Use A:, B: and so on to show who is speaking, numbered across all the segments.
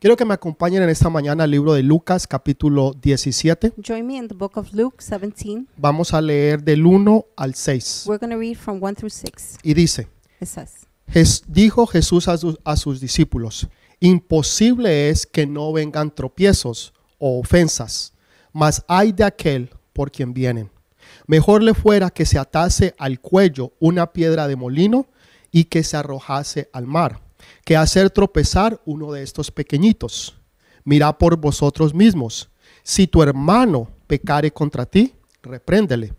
A: Quiero que me acompañen en esta mañana al libro de Lucas capítulo 17.
B: Join me in the book of Luke 17.
A: Vamos a leer del 1 al 6.
B: We're going to read from 1 through 6.
A: Y dice,
B: It says,
A: "Jes- dijo Jesús a sus, a sus discípulos, imposible es que no vengan tropiezos o ofensas, mas hay de aquel por quien vienen. Mejor le fuera que se atase al cuello una piedra de molino y que se arrojase al mar, que hacer tropezar uno de estos pequeñitos. Mirad por vosotros mismos, si tu hermano pecare contra ti, repréndele,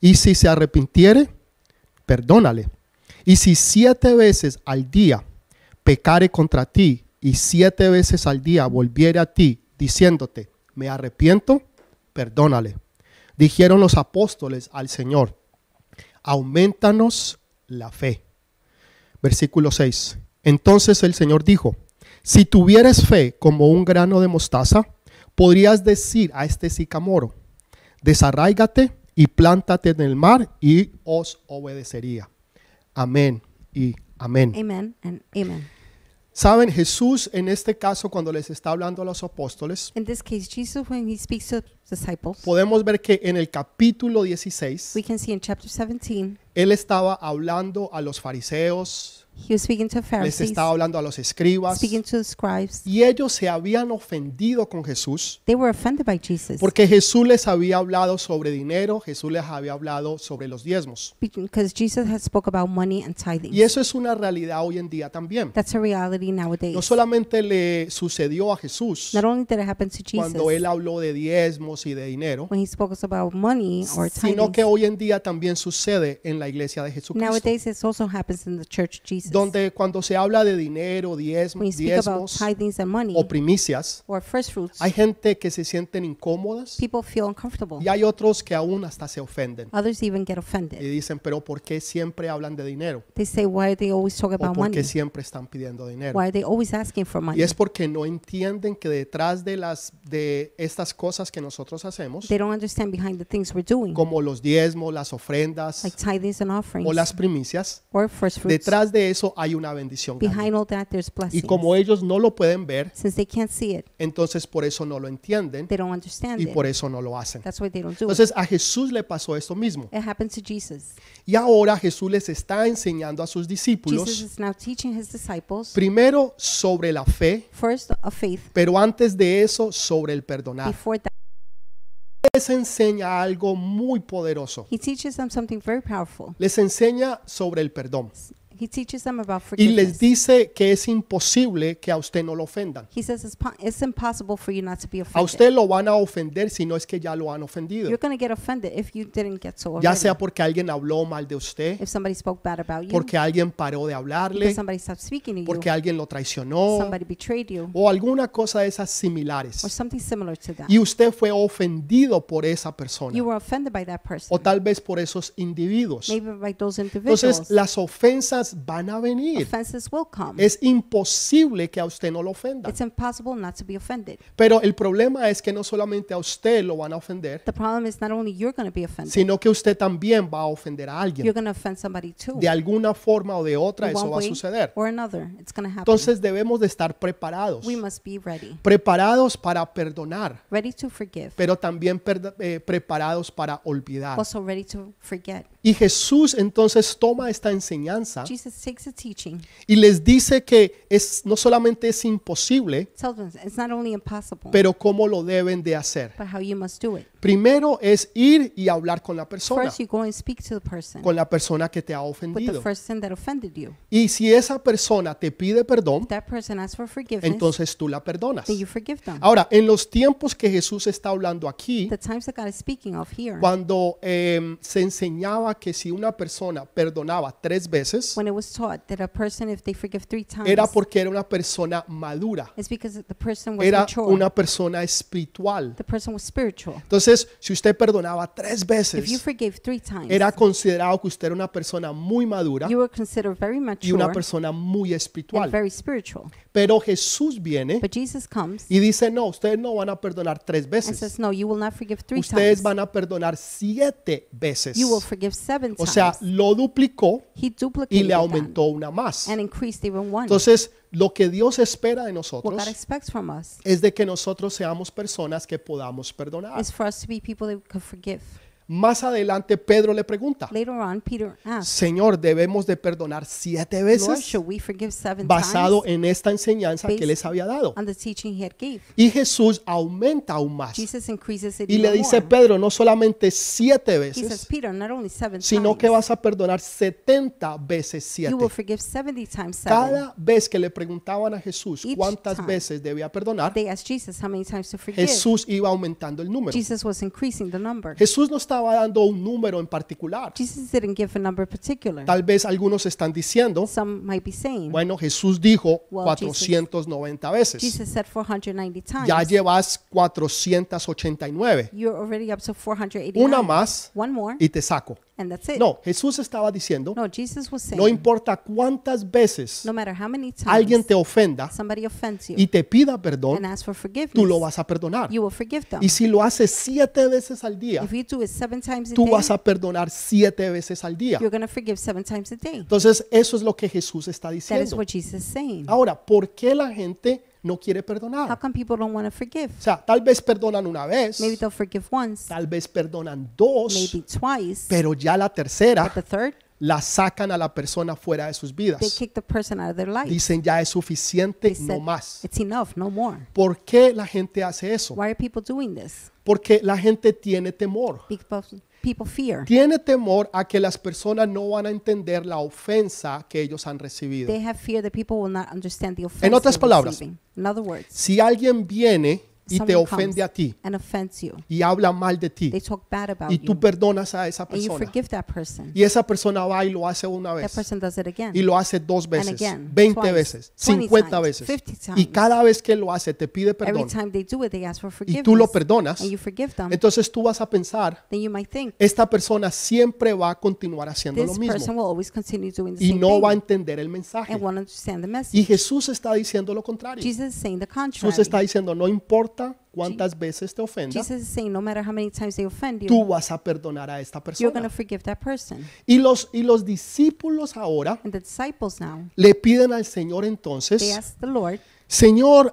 A: y si se arrepintiere, perdónale. Y si siete veces al día pecare contra ti y siete veces al día volviere a ti diciéndote, me arrepiento, perdónale. Dijeron los apóstoles al Señor, aumentanos la fe. Versículo 6. Entonces el Señor dijo, si tuvieres fe como un grano de mostaza, podrías decir a este sicamoro, desarráigate y plántate en el mar y os obedecería. Amén y amén.
B: Amen and Amen.
A: Saben, Jesús en este caso cuando les está hablando a los apóstoles,
B: In this case, Jesus, when he speaks to the disciples,
A: podemos ver que en el capítulo 16,
B: we can see in chapter 17,
A: él estaba hablando a los fariseos,
B: he was speaking to
A: les
B: Pharisees,
A: estaba hablando a los escribas,
B: speaking to the scribes.
A: y ellos se habían ofendido con Jesús.
B: They were offended by Jesus
A: Porque Jesús les había hablado sobre dinero, Jesús les había hablado sobre los diezmos.
B: because Jesus had spoke about money and tithing.
A: Y eso es una realidad hoy en día también.
B: That's a reality nowadays.
A: No solamente le sucedió a Jesús
B: Not only did it happen to Jesus
A: cuando él habló de diezmos y de dinero,
B: when he spoke about money or
A: sino que
B: tithing,
A: hoy en día también sucede en la iglesia de Jesucristo,
B: nowadays it also happens in the church of Jesus.
A: donde cuando se habla de dinero, diezmo-
B: when you speak about
A: diezmos
B: tithings and money
A: o primicias,
B: or first fruits,
A: hay gente que se sienten incómodas
B: people feel uncomfortable.
A: y hay otros que aún hasta se ofenden
B: Others even get
A: y
B: offended.
A: dicen, pero ¿por qué siempre hablan de dinero?
B: They say, why are they always talking
A: ¿O
B: about
A: por
B: money?
A: qué siempre están pidiendo dinero?
B: Why are they always asking for
A: Y
B: money?
A: es porque no entienden que detrás de, las, de estas cosas que nosotros hacemos,
B: They don't understand behind the things we're doing,
A: como los diezmos, las
B: like
A: ofrendas
B: tithings and
A: o las
B: offerings
A: primicias,
B: or first fruits.
A: detrás de eso hay una bendición. grande.
B: Behind all that, there's
A: Y
B: blessings.
A: como ellos no lo pueden ver,
B: Since they can't see it,
A: entonces por eso no lo entienden
B: they don't understand
A: y por
B: it.
A: eso no lo hacen.
B: That's why they don't do it.
A: Entonces a Jesús le pasó esto mismo.
B: It happened to Jesus.
A: Y ahora Jesús les está enseñando a sus
B: Jesus
A: discípulos
B: is now teaching his disciples
A: primero sobre la fe,
B: first of faith
A: pero antes de eso sobre el perdonar.
B: before that.
A: Les enseña algo muy poderoso.
B: He teaches them something very powerful.
A: Les enseña sobre el perdón.
B: He teaches them about
A: Y les
B: forgiveness.
A: dice que es imposible que a usted no lo ofendan.
B: He says it's, po- it's impossible for you not to be
A: A
B: offended.
A: usted lo van a ofender si no es que ya lo han ofendido.
B: You're going to get offended if you didn't get so
A: Ya
B: offended.
A: sea porque alguien habló mal de usted,
B: if somebody spoke bad about you,
A: porque alguien paró de hablarle,
B: because somebody stopped speaking to you,
A: porque alguien lo traicionó
B: somebody betrayed you,
A: o alguna cosa de esas
B: or
A: similares.
B: something similar to that.
A: Y usted fue ofendido por esa
B: you
A: persona
B: were offended by that person,
A: o tal vez por esos individuos.
B: maybe by those individuals.
A: Entonces las ofensas van a venir.
B: Offenses will come.
A: Es imposible que a usted no lo ofenda.
B: it's impossible not to be offended.
A: Pero el problema es que no solamente a usted lo van a ofender,
B: The problem is not only you're going to be offended,
A: sino que usted también va a ofender a
B: you're
A: alguien.
B: going to offend somebody too.
A: De alguna forma o de
B: In
A: otra
B: one
A: eso va a
B: way
A: suceder.
B: or another, it's going to happen.
A: Entonces debemos de estar preparados.
B: we must be ready,
A: Preparados para perdonar,
B: ready to forgive,
A: pero también perda- eh, preparados para olvidar.
B: also ready to forget.
A: Y Jesús entonces toma esta enseñanza
B: Jesus takes a teaching,
A: y les dice que es no solamente es imposible,
B: tells them it's not only impossible,
A: pero cómo lo deben de hacer.
B: but how you must do it.
A: Primero es ir y hablar con la persona,
B: First, you go and speak to the person
A: con la persona que te ha
B: with the
A: ofendido.
B: person that offended you.
A: Y si esa persona te pide perdón,
B: If that person asks for forgiveness,
A: entonces tú la perdonas.
B: then you forgive them.
A: Ahora, en los tiempos que Jesús está hablando aquí,
B: The times that God is speaking of here,
A: cuando eh, se enseñaba que si una persona perdonaba tres veces,
B: when it was taught that a person, if they forgive three times,
A: era porque era una persona madura,
B: it's because the person was
A: era
B: mature.
A: una persona espiritual.
B: the person was spiritual.
A: Entonces, si usted perdonaba tres
B: If you
A: veces,
B: forgave three times,
A: era considerado que usted era una persona muy madura
B: you were considered very
A: y
B: mature
A: una persona muy
B: and
A: espiritual.
B: very spiritual.
A: Pero Jesús viene
B: But Jesus comes
A: y dice, no, ustedes no van a perdonar tres
B: and
A: veces,
B: says, No, you will not forgive three
A: ustedes
B: times.
A: van a perdonar siete veces.
B: You will forgive seven
A: O sea,
B: times.
A: lo duplicó
B: He
A: y
B: duplicated
A: le aumentó una más.
B: and increased even one.
A: Entonces, lo que Dios espera de
B: what God
A: nosotros
B: expects from us
A: es de que nosotros seamos personas que podamos perdonar.
B: is for us to be people that can forgive.
A: Más adelante Pedro le pregunta,
B: Later on, Peter asked,
A: Señor, debemos de perdonar siete
B: Lord,
A: veces
B: should we forgive seven
A: basado
B: times
A: en esta enseñanza que
B: based
A: les había dado.
B: on the teaching he had gave?
A: Y Jesús aumenta aún más
B: Jesus increases it
A: y le
B: even
A: dice,
B: more.
A: Pedro, no solamente siete
B: He says,
A: veces,
B: Peter, not only seven
A: sino que
B: times,
A: vas a perdonar 70 veces
B: you will
A: siete.
B: forgive 70 times seven.
A: Cada vez que le preguntaban a Jesús
B: Each
A: cuántas
B: time.
A: veces debía perdonar,
B: They asked Jesus how many times to forgive.
A: Jesús iba aumentando el número.
B: Jesus was increasing the number.
A: Jesús no estaba dando un número en particular.
B: Jesus didn't give a number particular.
A: Tal vez algunos están diciendo,
B: Some might be saying,
A: bueno, Jesús dijo
B: Well,
A: 490 veces.
B: Jesus ah, said 490 times.
A: Ya llevas 489.
B: You're already up to 489.
A: Una más
B: One more,
A: y te saco.
B: and that's it.
A: No, Jesús estaba diciendo,
B: No, Jesus was saying,
A: no importa cuántas veces
B: no matter how many times
A: alguien te ofenda
B: somebody offends you
A: y te pida
B: and
A: perdón,
B: asks for
A: tú lo
B: forgiveness,
A: vas a perdonar.
B: you will forgive them.
A: Y si lo haces siete veces al día,
B: If you do it seven times a
A: tú
B: day,
A: vas a perdonar siete veces al día.
B: you're going to forgive seven times a day.
A: Entonces, eso es lo que Jesús está
B: That is
A: diciendo.
B: what Jesus is saying.
A: Ahora, ¿por qué la gente no quiere
B: How
A: perdonar?
B: come people don't want to forgive?
A: O sea, tal vez perdonan una vez,
B: Maybe they'll forgive once,
A: tal vez perdonan dos,
B: maybe twice,
A: pero ya la
B: but
A: tercera
B: the third,
A: la sacan a la persona fuera de sus
B: they
A: vidas.
B: kick the person out of their life.
A: Dicen ya es
B: They
A: suficiente, no
B: said,
A: más.
B: It's enough, no more.
A: ¿Por qué la gente hace eso?
B: Why are people doing this?
A: Porque la gente tiene temor.
B: Because people fear.
A: Tiene temor a que las personas no van a entender la ofensa que ellos han recibido.
B: They have fear that people will not understand the offense.
A: otras
B: they're
A: palabras,
B: receiving. in other words,
A: Si alguien viene y te
B: someone comes
A: ofende a ti
B: and offends you.
A: y habla mal de ti
B: They talk bad about
A: y
B: you,
A: tú perdonas a esa
B: and you
A: persona
B: forgive that person.
A: y esa persona va y lo hace una
B: That
A: vez
B: person does it again.
A: y lo hace dos veces,
B: again,
A: 20
B: twice,
A: veces,
B: 20
A: 50
B: times,
A: veces
B: 50
A: y
B: times.
A: cada vez que lo hace te pide
B: Every
A: perdón
B: time they do it, they ask for
A: y
B: forgiveness.
A: tú lo perdonas,
B: and you forgive them.
A: entonces tú vas a pensar,
B: then you might think
A: esta persona siempre va a continuar haciendo lo
B: this person
A: mismo
B: will always continue doing the
A: y
B: same
A: no
B: thing
A: va a entender el mensaje.
B: and won't understand the message.
A: Y Jesús está diciendo lo contrario.
B: Jesus is saying the contrary.
A: Jesús está diciendo, no importa cuántas veces te ofenda,
B: Jesus is saying no matter how many times they offend you,
A: tú vas a perdonar a esta
B: you're going to
A: persona.
B: forgive that person.
A: Y los, y los discípulos ahora
B: And the disciples now,
A: le piden al Señor
B: they
A: entonces,
B: ask the Lord,
A: Señor,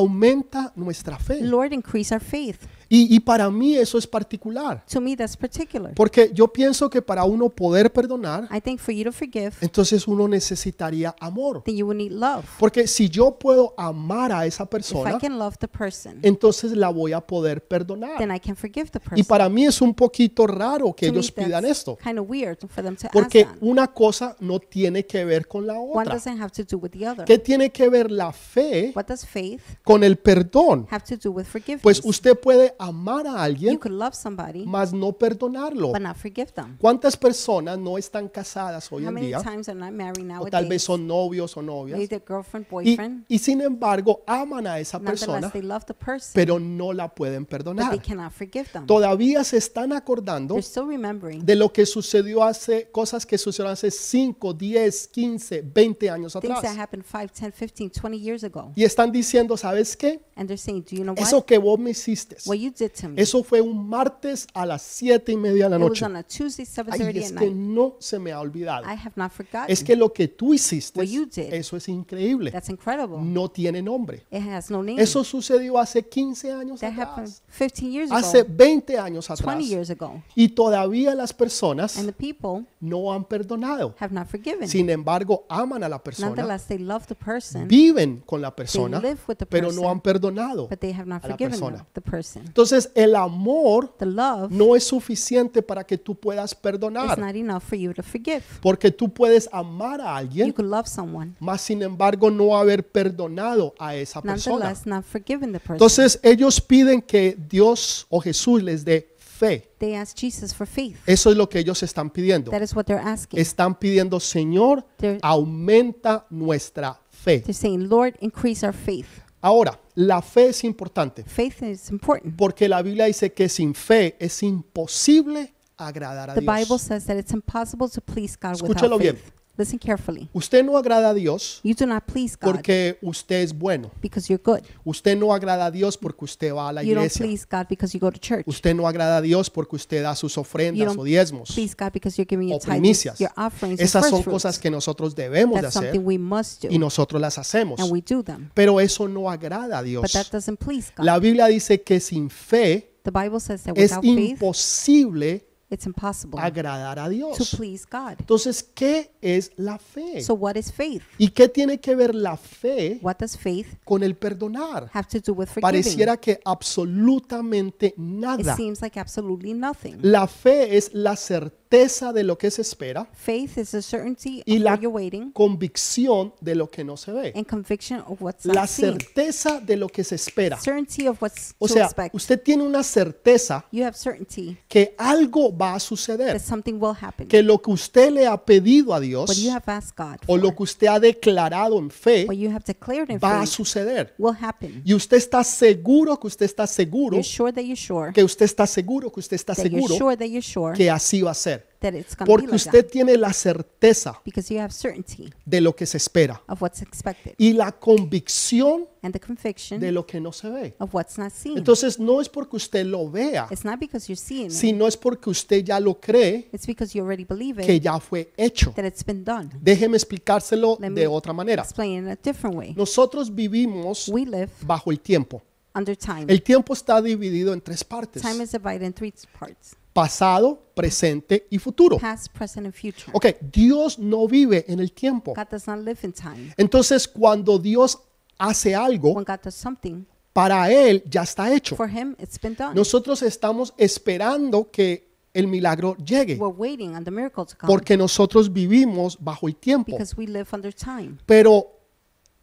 A: aumenta nuestra fe.
B: Lord, increase our faith.
A: Y, y para mí eso es particular,
B: To me, that's particular.
A: porque yo pienso que para uno poder perdonar,
B: I think for you to forgive,
A: entonces uno necesitaría amor.
B: then you will need love.
A: Porque si yo puedo amar a esa
B: If I
A: persona,
B: can love the person,
A: entonces la voy a poder perdonar.
B: then I can forgive the
A: Y
B: person.
A: para mí es un poquito raro que
B: To me,
A: ellos pidan
B: that's
A: esto,
B: Kind of weird for them to ask
A: porque
B: that.
A: una cosa no tiene que ver con la
B: One
A: otra.
B: doesn't have to do with the other.
A: ¿Qué tiene que ver la fe
B: What does faith
A: con el perdón?
B: have to do with
A: Pues
B: forgiveness?
A: usted puede amar a
B: You
A: alguien,
B: could love somebody,
A: mas no perdonarlo.
B: but not forgive them.
A: ¿Cuántas personas no están casadas hoy
B: How
A: en
B: many
A: día?
B: times are not married
A: O tal vez
B: nowadays?
A: son novios o novias.
B: Maybe their girlfriend,
A: Y,
B: boyfriend.
A: y sin embargo, aman a esa persona,
B: Nonetheless, they love the person,
A: pero no la pueden
B: but they
A: perdonar.
B: cannot forgive them.
A: Todavía se están acordando
B: They're still remembering
A: de lo que sucedió hace, cosas que sucedieron hace 5, 10, 15, 20 años
B: things that
A: atrás.
B: happened 5, 10, 15, 20 years ago.
A: Y están diciendo, ¿sabes qué?
B: And they're saying, do you know what?
A: Eso que vos me hiciste,
B: What you did to me.
A: eso fue un martes a las 7 y media de la
B: It was
A: noche.
B: on a Tuesday,
A: Ay,
B: 7.30 at
A: es que
B: night.
A: no se me ha olvidado.
B: I have not
A: Es
B: forgotten.
A: que lo que tú hiciste,
B: What you did.
A: eso es increíble.
B: That's incredible.
A: No tiene nombre.
B: It has no name.
A: Eso sucedió hace 15 años
B: That happened
A: atrás,
B: 15 years
A: hace
B: ago,
A: 20 años
B: 20
A: atrás.
B: years ago.
A: Y todavía las personas
B: And the people
A: no han perdonado.
B: have not forgiven.
A: Sin embargo, aman a la persona,
B: Nonetheless, they love the person,
A: viven con la persona,
B: live with the
A: pero no
B: person,
A: han perdonado.
B: but they have not
A: a la
B: forgiven
A: persona.
B: them, the person.
A: Entonces, el amor
B: The love
A: no es suficiente para que tú puedas
B: is
A: perdonar,
B: not enough for you to forgive.
A: porque tú puedes amar a
B: You
A: alguien,
B: could love someone,
A: mas sin embargo no haber perdonado a esa persona.
B: nonetheless, not forgiving the person.
A: Entonces ellos piden que Dios o Jesús les dé fe.
B: They ask Jesus for faith.
A: Eso es lo que ellos están pidiendo.
B: That is what they're asking.
A: Están pidiendo, Señor,
B: They're-
A: aumenta nuestra fe.
B: They're saying, Lord, increase our faith.
A: Ahora, la fe es importante
B: Faith is important.
A: porque la Biblia dice que sin fe es imposible agradar a
B: The Bible
A: Dios.
B: says that it's impossible to please God without
A: Escúchalo bien.
B: faith. Listen carefully.
A: Usted no agrada a Dios
B: You do not please God
A: porque usted es bueno.
B: because you're good.
A: Usted no agrada a Dios porque usted va a la
B: You don't
A: iglesia.
B: please God because you go to church.
A: Usted no agrada a Dios porque usted da sus
B: You
A: ofrendas
B: don't
A: o diezmos
B: please God because you're giving
A: o
B: your
A: primicias.
B: tithes, your offerings, your
A: Esas
B: first
A: son
B: fruits.
A: cosas que nosotros debemos de
B: That's
A: hacer
B: something we must
A: y
B: do,
A: nosotros las hacemos.
B: and we do them.
A: Pero eso no agrada a Dios.
B: But that doesn't please God.
A: La Biblia dice que sin fe
B: The Bible says that
A: es
B: without faith,
A: imposible
B: it's impossible
A: agradar a
B: to
A: Dios.
B: please God.
A: Entonces, ¿qué es la fe?
B: So what is faith?
A: ¿Y qué tiene que ver la fe
B: What does faith
A: con el perdonar?
B: have to do with forgiving?
A: Pareciera que absolutamente
B: It
A: nada.
B: seems like absolutely nothing.
A: La fe es la certeza de lo que se espera,
B: Faith is the certainty
A: Y
B: of
A: la-
B: what you're waiting
A: convicción de lo que no se ve,
B: and conviction of what's
A: la
B: not seen.
A: certeza de lo que se espera.
B: Certainty of what's
A: O
B: to
A: sea,
B: expect.
A: usted tiene una certeza
B: You have certainty
A: que algo va a suceder,
B: that something will happen.
A: que lo que usted le ha pedido a Dios
B: What you have asked God
A: o
B: for,
A: lo que usted ha declarado en fe
B: what you have declared in
A: va a
B: faith,
A: suceder.
B: will happen.
A: Y usted está seguro que usted está seguro,
B: You're sure that you're sure,
A: que usted está seguro, que usted está
B: that you're
A: seguro
B: sure that you're sure
A: que así va a ser.
B: that it's going to be
A: Porque
B: like that
A: usted tiene la certeza
B: because you have certainty
A: de lo que se espera
B: of what's expected
A: y la convicción
B: and the
A: de
B: conviction
A: lo que no se ve.
B: of what's not seen.
A: Entonces no es porque usted lo vea,
B: It's not because you're seeing it.
A: sino es porque usted ya lo cree
B: It's because you already believe
A: que
B: it
A: ya fue hecho.
B: that it's been done.
A: Déjeme explicárselo
B: Let me
A: de otra manera.
B: Explain in a different way.
A: Nosotros vivimos
B: We live
A: bajo el tiempo.
B: under time.
A: El tiempo está dividido en tres partes.
B: Time is divided in three parts
A: pasado, presente y futuro.
B: past, present, and future.
A: Oh. Ok, Dios no vive en el tiempo.
B: God does not live in time.
A: Entonces, cuando Dios hace algo,
B: When God does something,
A: para Él ya está hecho.
B: for Him, it's been done.
A: Nosotros estamos esperando que el milagro llegue,
B: We're waiting on the miracle to come
A: porque nosotros vivimos bajo el tiempo.
B: because we live under time.
A: Pero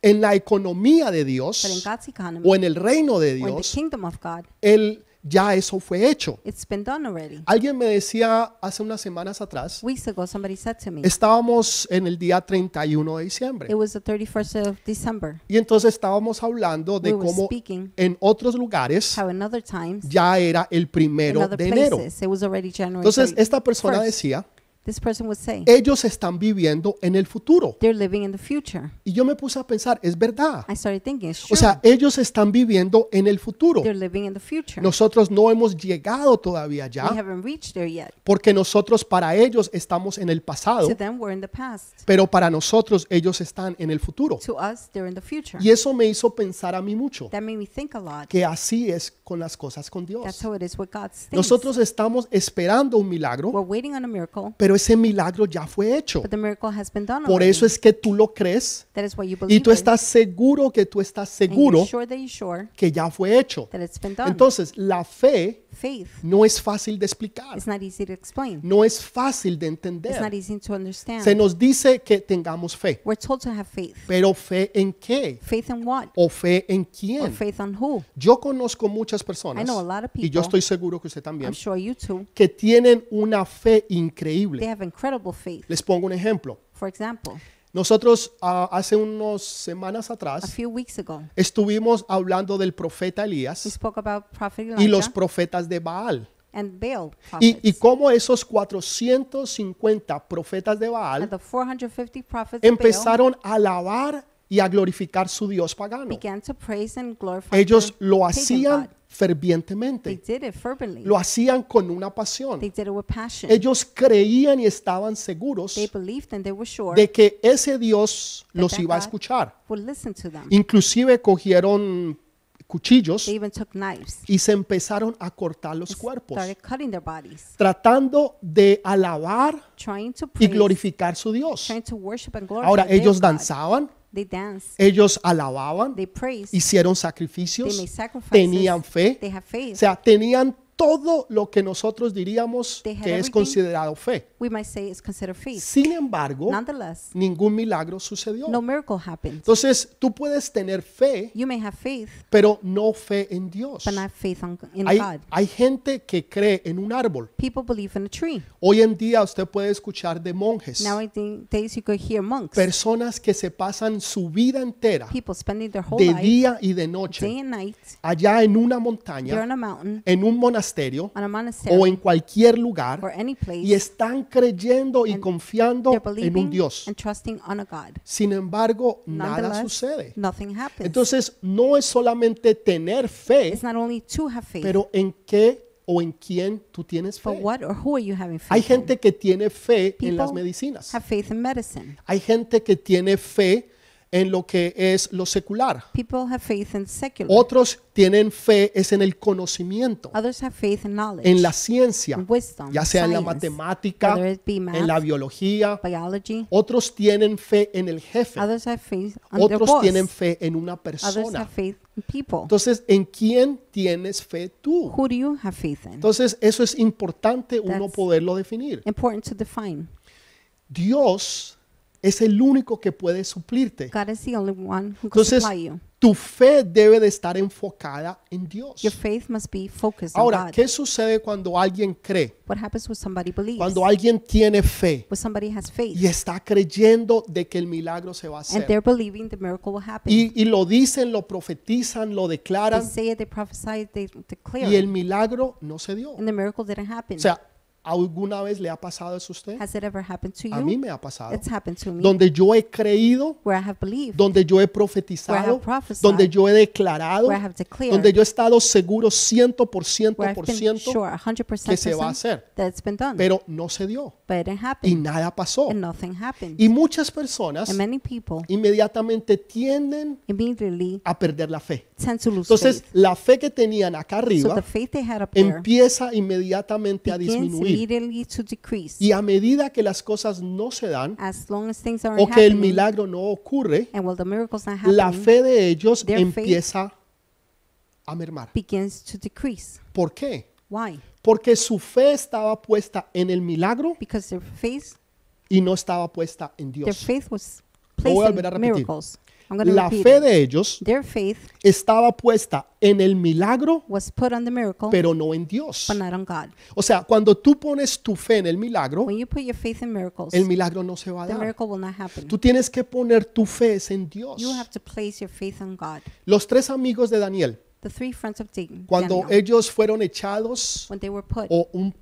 A: en la economía de
B: But in
A: Dios
B: God's economy,
A: o en el reino de
B: or in the
A: Dios,
B: kingdom of God,
A: Él ya eso fue hecho.
B: it's been done already.
A: Alguien me decía hace unas semanas atrás,
B: Weeks ago, somebody said to me,
A: estábamos en el día 31 de diciembre.
B: it was the 31st of December,
A: Y entonces estábamos hablando de
B: We were
A: cómo
B: speaking.
A: en otros lugares
B: how in other times,
A: ya era el
B: in
A: primero
B: other
A: de enero.
B: places, it was already January.
A: Entonces
B: 30.
A: esta persona
B: First,
A: decía, "Eh,
B: this person would say,
A: ellos están viviendo en el futuro.
B: they're living in the future.
A: Y yo me puse a pensar, es verdad.
B: I started thinking, it's
A: O
B: true.
A: sea, ellos están viviendo en el futuro.
B: They're living in the future.
A: Nosotros no hemos llegado todavía
B: We
A: ya
B: haven't reached there yet.
A: porque nosotros para ellos estamos en el pasado,
B: To them, we're in the past.
A: pero para nosotros ellos están en el futuro.
B: To us, they're in the future.
A: Y eso me hizo pensar a mí mucho,
B: That made me think a lot.
A: que así es con las cosas con Dios.
B: That's how it is with God's things.
A: Nosotros estamos esperando un milagro,
B: We're waiting on a miracle,
A: pero ese milagro ya fue hecho.
B: but the miracle has been done
A: Por
B: already.
A: eso es que tú lo crees
B: that is why you
A: y
B: believe
A: tú
B: it.
A: estás seguro que tú estás
B: and you're
A: seguro
B: sure that you're sure
A: que ya fue hecho.
B: that it's been done.
A: Entonces, la fe
B: Faith
A: no es fácil de explicar,
B: is not easy to explain.
A: no es fácil de
B: It's not
A: entender.
B: easy to understand.
A: Se nos dice que tengamos fe,
B: We're told to have faith.
A: pero ¿fe en qué?
B: Faith in what?
A: ¿O fe en
B: Or
A: quién?
B: faith on who?
A: Yo conozco muchas personas,
B: I know a lot of
A: y yo
B: people-
A: estoy seguro que usted también,
B: I'm sure you too.
A: que tienen una fe
B: They
A: increíble.
B: have incredible faith.
A: Les pongo un ejemplo.
B: For example,
A: Nosotros ah, hace unas semanas
B: a
A: atrás
B: few weeks ago,
A: estuvimos hablando del profeta
B: we
A: Elías
B: spoke about Prophet
A: y los
B: Elijah
A: profetas de Baal.
B: and Baal
A: Y,
B: prophets.
A: y cómo esos 450 profetas de
B: and
A: Baal
B: the 450 prophets of Baal
A: empezaron a alabar y a glorificar su Dios pagano.
B: began to praise and glorify
A: Ellos
B: their
A: lo
B: pagan
A: hacían
B: God. They
A: fervientemente,
B: did it fervently.
A: lo hacían con una pasión.
B: They did it with passion.
A: Ellos creían y estaban seguros
B: they believed and they were sure
A: de que ese Dios los
B: that
A: iba a
B: God-
A: escuchar.
B: would listen to them.
A: Inclusive cogieron cuchillos
B: They even took knives
A: y se empezaron a cortar los
B: and
A: cuerpos,
B: started cutting their bodies,
A: tratando de alabar
B: trying to
A: y
B: praise,
A: glorificar su Dios.
B: trying to worship and glorify.
A: Ahora
B: their
A: ellos Eh,
B: God.
A: danzaban,
B: They danced,
A: ellos alababan,
B: they praised,
A: hicieron
B: they made
A: sacrificios,
B: sacrifices,
A: tenían fe,
B: they have
A: o
B: faith.
A: sea, tenían todo lo que nosotros diríamos
B: They had
A: que es
B: everything.
A: considerado fe.
B: we might say it's considered faith.
A: Sin embargo,
B: Nonetheless,
A: ningún milagro sucedió.
B: no miracle happened.
A: Entonces, tú puedes tener fe,
B: You may have faith,
A: pero no fe en Dios.
B: but not faith on, in
A: Hay,
B: God.
A: hay gente que cree en un árbol.
B: People believe in a tree.
A: Hoy en día usted puede escuchar de monjes,
B: Nowadays, you could hear monks,
A: personas que se pasan su vida entera,
B: people spending their whole
A: de
B: life,
A: día y de
B: day
A: noche,
B: and night,
A: allá en una
B: they're
A: montaña,
B: on a mountain,
A: en un monasterio
B: on a monastery
A: o en cualquier lugar
B: or any place,
A: y están creyendo y
B: And
A: confiando
B: they're
A: en un
B: believing
A: Dios.
B: and trusting on a God.
A: Sin embargo, nada
B: Nonetheless,
A: sucede.
B: nothing happens.
A: Entonces, no es solamente tener fe,
B: it's not only to have faith,
A: pero en qué o en quién tú tienes
B: but
A: fe.
B: what or who are you having faith
A: Hay
B: in?
A: gente que tiene fe en
B: People
A: las medicinas.
B: Have faith in medicine.
A: Hay gente que tiene fe en lo que es lo secular.
B: People have faith in secular.
A: Otros tienen fe es en el conocimiento,
B: Others have faith in knowledge,
A: en la ciencia,
B: in wisdom,
A: ya sea en la
B: science,
A: matemática,
B: whether it be
A: en la
B: math,
A: biología.
B: biology.
A: Otros tienen fe en el jefe.
B: Others have faith on their
A: Otros
B: boss.
A: tienen fe en una
B: Others have
A: persona.
B: faith in people.
A: Entonces, ¿en quién tienes fe tú?
B: Who do you have faith in?
A: Entonces, eso es importante uno
B: That's-
A: poderlo definir.
B: Important to define.
A: Dios es el único que puede suplirte.
B: God is the only one who can
A: Entonces,
B: supply you.
A: tu fe debe de estar enfocada en Dios.
B: Your faith must be focused
A: Ahora,
B: on God.
A: ¿qué sucede cuando alguien cree?
B: What happens when somebody believes?
A: Cuando alguien tiene fe
B: when somebody has faith
A: y está creyendo de que el milagro se va a
B: and
A: hacer.
B: they're believing the miracle will happen.
A: Y, y lo dicen, lo profetizan, lo
B: they
A: declaran
B: say it, they prophesy it, they declare
A: y el
B: it,
A: milagro no se dio.
B: and the miracle didn't happen.
A: O sea, ¿alguna vez le ha pasado eso a usted?
B: Has it ever happened to you?
A: A mí me ha pasado.
B: It's happened to me.
A: Donde yo he creído,
B: where I have believed,
A: donde yo he profetizado,
B: prophesied,
A: donde yo he declarado,
B: where I have declared,
A: donde yo he estado seguro ciento por ciento
B: where I've
A: por
B: been
A: ciento
B: sure 100%
A: que se va a hacer.
B: that it's been done.
A: Pero no se dio
B: but it didn't happen.
A: y nada pasó.
B: and nothing happened.
A: Y muchas personas
B: and many people
A: inmediatamente tienden
B: immediately
A: a perder la fe.
B: tend to lose
A: Entonces,
B: faith.
A: la fe que tenían acá
B: So the
A: arriba
B: faith they had up there
A: empieza inmediatamente a
B: begins
A: disminuir.
B: immediately to decrease.
A: Y a medida que las cosas no se dan
B: As long as things aren't
A: o que el
B: happening,
A: milagro no ocurre,
B: and while the miracle's not happening,
A: la fe de ellos
B: their faith-
A: empieza a mermar.
B: begins to decrease.
A: ¿Por qué?
B: Why?
A: Porque su fe estaba puesta en el milagro
B: Because their faith,
A: y no estaba puesta en
B: their
A: Dios.
B: faith was
A: Lo voy a
B: placed
A: volver a repetir.
B: in miracles. I'm going to
A: La
B: repeat
A: fe
B: it.
A: de ellos
B: Their faith
A: estaba puesta en el milagro,
B: was put on the miracle,
A: pero no en Dios.
B: but not on God.
A: O sea, cuando tú pones tu fe en el milagro,
B: When you put your faith in miracles,
A: el milagro no se va a
B: the
A: dar.
B: miracle will not happen.
A: Tú tienes que poner tu fe es en Dios.
B: You have to place your faith on God.
A: Los tres amigos de Daniel,
B: The three friends of Dan-
A: cuando
B: Daniel,
A: ellos fueron echados
B: when they were put
A: o un-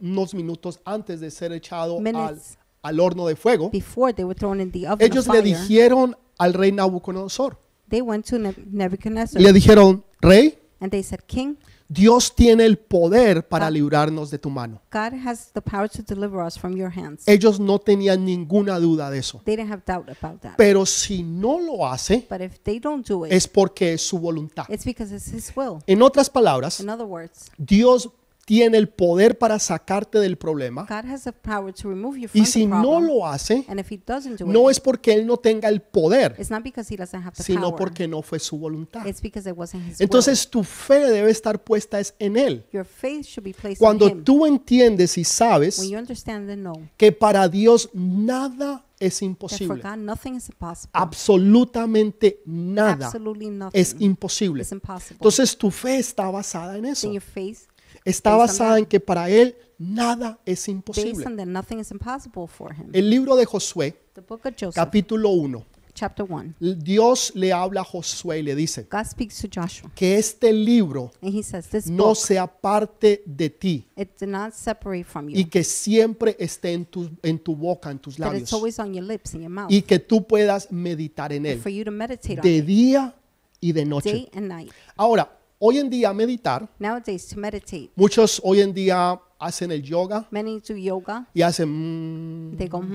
A: unos minutos antes de ser echados al,
B: Minutes.
A: al horno de fuego,
B: before they were thrown in the oven
A: ellos
B: of
A: le
B: fire,
A: dijeron al rey Nabucodonosor,
B: they went to Neb- Nebuchadnezzar
A: le dijeron, rey,
B: and they said, King,
A: Dios tiene el poder para
B: Ah.
A: librarnos de tu mano.
B: God has the power to deliver us from your hands.
A: Ellos no tenían ninguna duda de eso.
B: They didn't have doubt about that.
A: Pero si no lo hace,
B: But if they don't do it,
A: es porque es su voluntad.
B: it's because it's His will.
A: En otras palabras,
B: In other words,
A: Dios tiene el poder para sacarte del problema
B: God has the power to remove you from
A: y si
B: the
A: no
B: problem.
A: lo hace,
B: and if He doesn't do
A: no
B: it,
A: es porque Él no tenga el poder,
B: it's not because He doesn't have the
A: sino
B: power.
A: porque no fue su voluntad.
B: It's because it wasn't His will.
A: Entonces tu fe debe estar puesta es en Él.
B: Your faith should be placed on
A: Cuando
B: Him.
A: tú entiendes y
B: when
A: sabes
B: you understand the no,
A: que para Dios nada es
B: that for
A: imposible,
B: God nothing is impossible.
A: absolutamente nada
B: Absolutely nothing
A: es imposible.
B: is impossible.
A: Entonces tu fe está basada en eso.
B: in your face,
A: Está
B: based on
A: basada
B: that.
A: en que para Él nada es
B: based
A: imposible.
B: on that nothing is impossible for him.
A: El libro de Josué,
B: the book of Joseph,
A: capítulo 1.
B: chapter 1.
A: Dios le habla a Josué y le dice,
B: God speaks to Joshua,
A: que este libro
B: and he says, This
A: no
B: book,
A: sea parte de ti
B: it did not separate from
A: y
B: you,
A: que siempre esté en tu, en tu boca, en tus
B: that
A: labios
B: it's always on your lips and your mouth,
A: y que tú puedas meditar en
B: and for
A: él
B: you to meditate on
A: de
B: it
A: día y de
B: day
A: noche.
B: and night.
A: Ahora, hoy en día meditar,
B: Nowadays, to meditate,
A: muchos hoy en día hacen el yoga
B: many do yoga,
A: y hacen... mm,
B: they go, hmm,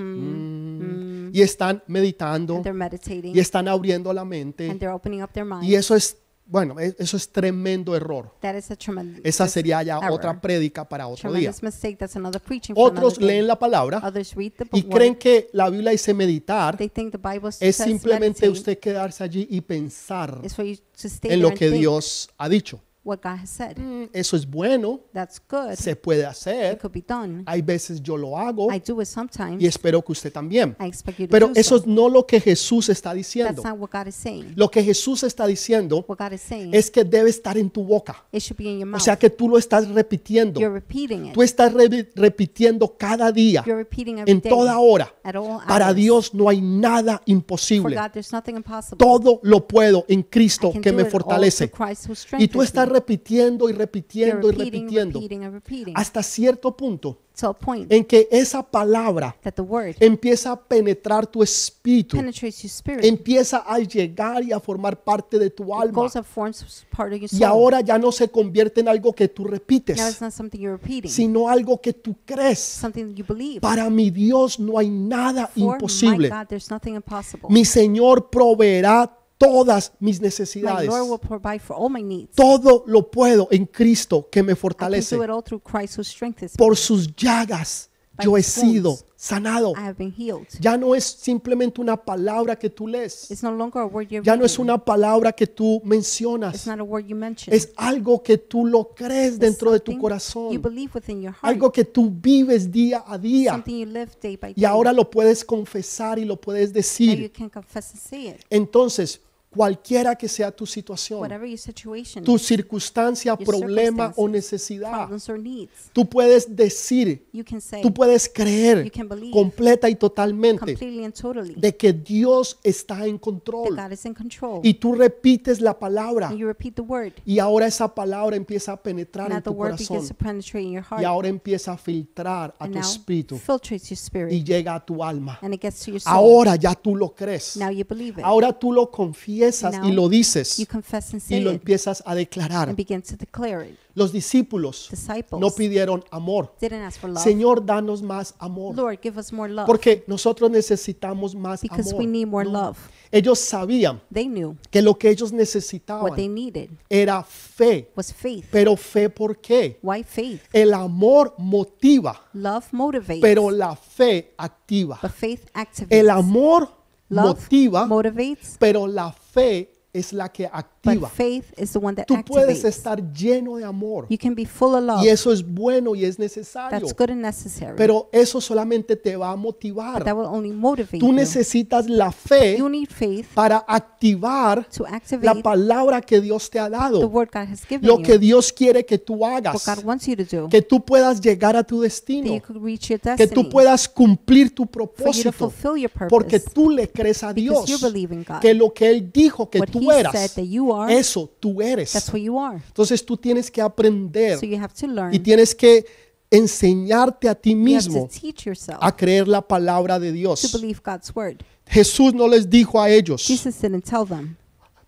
B: hmm,
A: y están meditando
B: and they're meditating,
A: y están abriendo la
B: and
A: mente
B: they're opening up their mind.
A: y eso es, bueno, e- eso es tremendo error.
B: that is a tremendous,
A: Esa sería ya
B: error.
A: otra prédica para otro día.
B: tremendous mistake. That's another preaching for another
A: Otros
B: day.
A: leen la palabra
B: Others read the
A: y
B: book.
A: creen que la Biblia dice meditar
B: They think the Bible
A: es
B: says
A: simplemente
B: meditate
A: usted quedarse allí y pensar
B: is for you to stay
A: en
B: there
A: lo
B: and
A: que
B: think
A: Dios ha dicho.
B: what God has said.
A: Mm, Eso es bueno,
B: That's good.
A: se puede
B: It
A: hacer.
B: could be done.
A: Hay veces yo lo hago
B: I do it sometimes.
A: y espero que usted también.
B: I expect you to
A: Pero
B: do
A: eso es
B: so.
A: no lo que Jesús está diciendo.
B: That's not what God is saying.
A: Lo que Jesús está diciendo
B: What God is saying
A: es que debe estar en tu boca.
B: it should be in your
A: O
B: mouth.
A: sea que tú lo estás repitiendo.
B: You're repeating it.
A: Tú estás re- repitiendo cada día,
B: You're repeating every
A: en
B: day.
A: toda hora.
B: At all
A: Para
B: hours.
A: Dios no hay nada
B: For
A: imposible.
B: God, there's nothing impossible.
A: Todo lo puedo en
B: I
A: Cristo
B: can
A: que
B: do
A: me
B: it all through
A: fortalece.
B: Christ who
A: Y tú
B: strengthens
A: estás repitiendo y repitiendo
B: You're
A: y
B: repeating,
A: repitiendo
B: repeating, and repeating.
A: hasta cierto punto
B: To a point
A: en que esa palabra
B: that the word
A: empieza a penetrar tu espíritu,
B: penetrates your spirit.
A: empieza a llegar y a formar parte de tu
B: It
A: alma
B: goes and forms part of your
A: y
B: soul.
A: ahora ya no se convierte en algo que tú
B: Now
A: repites,
B: it's not something you're repeating,
A: sino algo que tú crees.
B: something that you believe.
A: Para mi Dios no hay nada
B: For my
A: imposible.
B: God, there's nothing impossible.
A: Mi Señor proveerá todas mis
B: My
A: necesidades.
B: Lord will provide for all my needs.
A: Todo lo puedo en Cristo que me
B: I can
A: fortalece.
B: do it all through Christ who strengthens me.
A: Por sus llagas
B: By
A: yo he
B: his wounds,
A: sido sanado.
B: I have been healed.
A: Ya no es simplemente una palabra que tú lees.
B: It's no longer a word you're
A: Ya no es
B: reading.
A: una palabra que tú
B: It's
A: mencionas.
B: not a word you mention.
A: Es algo que tú lo crees
B: It's
A: dentro de tu
B: something You
A: corazón.
B: believe within your heart.
A: Algo que tú vives día a día.
B: Something you live day by day.
A: Y ahora lo puedes confesar y lo puedes
B: Now you
A: decir.
B: can confess and say it.
A: Entonces, cualquiera que sea tu situación,
B: Whatever your situation,
A: tu circunstancia,
B: Your
A: problema o
B: circumstances,
A: necesidad,
B: problems or needs,
A: tú puedes decir,
B: you can say
A: tú puedes creer
B: You can believe
A: completa y totalmente
B: completely and totally
A: de que Dios está en
B: that
A: control.
B: God is in control.
A: Y tú repites la palabra
B: And you repeat the word.
A: y ahora esa palabra empieza a penetrar
B: Now
A: en
B: the
A: tu
B: word begins to
A: corazón
B: penetrate in your heart.
A: y ahora empieza a filtrar a
B: and
A: tu
B: now
A: espíritu
B: filtrates your spirit.
A: y llega a tu alma.
B: and it gets to your soul.
A: Ahora ya tú lo crees.
B: Now you believe it.
A: Ahora tú lo confiesas y
B: Now
A: lo dices
B: you confess and
A: y
B: say
A: lo
B: it
A: empiezas a declarar.
B: and begin to declare it.
A: Los discípulos
B: Disciples
A: no pidieron amor.
B: didn't ask for love.
A: Señor, danos más amor.
B: Lord, give us more love
A: Porque nosotros necesitamos más
B: because we need more
A: amor. No.
B: love.
A: Ellos sabían
B: They knew
A: que lo que ellos
B: what they
A: necesitaban
B: needed
A: era fe.
B: was faith.
A: Pero fe, ¿por qué?
B: Why faith?
A: El amor motiva,
B: Love motivates,
A: pero la fe activa.
B: but faith
A: El
B: activates.
A: amor
B: Love
A: motiva,
B: motivates,
A: pero la fe es la que
B: but
A: activa.
B: faith is the one that
A: Tú puedes
B: activates.
A: estar lleno de amor
B: You can be full of love.
A: y eso es bueno y es necesario,
B: That's good and necessary.
A: pero eso solamente te va a
B: but
A: motivar.
B: that will only motivate
A: Tú
B: you.
A: necesitas la fe
B: You need faith
A: para activar
B: to
A: la
B: activate
A: palabra que Dios te ha
B: the
A: dado,
B: word God has given
A: lo
B: you.
A: que Dios quiere que tú
B: what
A: hagas,
B: God wants you to do.
A: que tú puedas llegar a tu
B: that you
A: destino,
B: could reach your
A: que
B: destiny.
A: tú puedas cumplir tu
B: for you to
A: propósito,
B: fulfill your purpose.
A: porque tú le crees a Dios
B: because you believe in God.
A: que lo que Él dijo que
B: what
A: tú
B: he said
A: eras,
B: that you are,
A: eso tú eres.
B: that's what you are.
A: Entonces tú tienes que aprender
B: So you have to learn.
A: y tienes que enseñarte a ti
B: you have to
A: mismo
B: teach yourself
A: a creer la palabra de
B: to
A: Dios.
B: believe God's word.
A: Jesús no les dijo a ellos,
B: Jesus didn't tell them,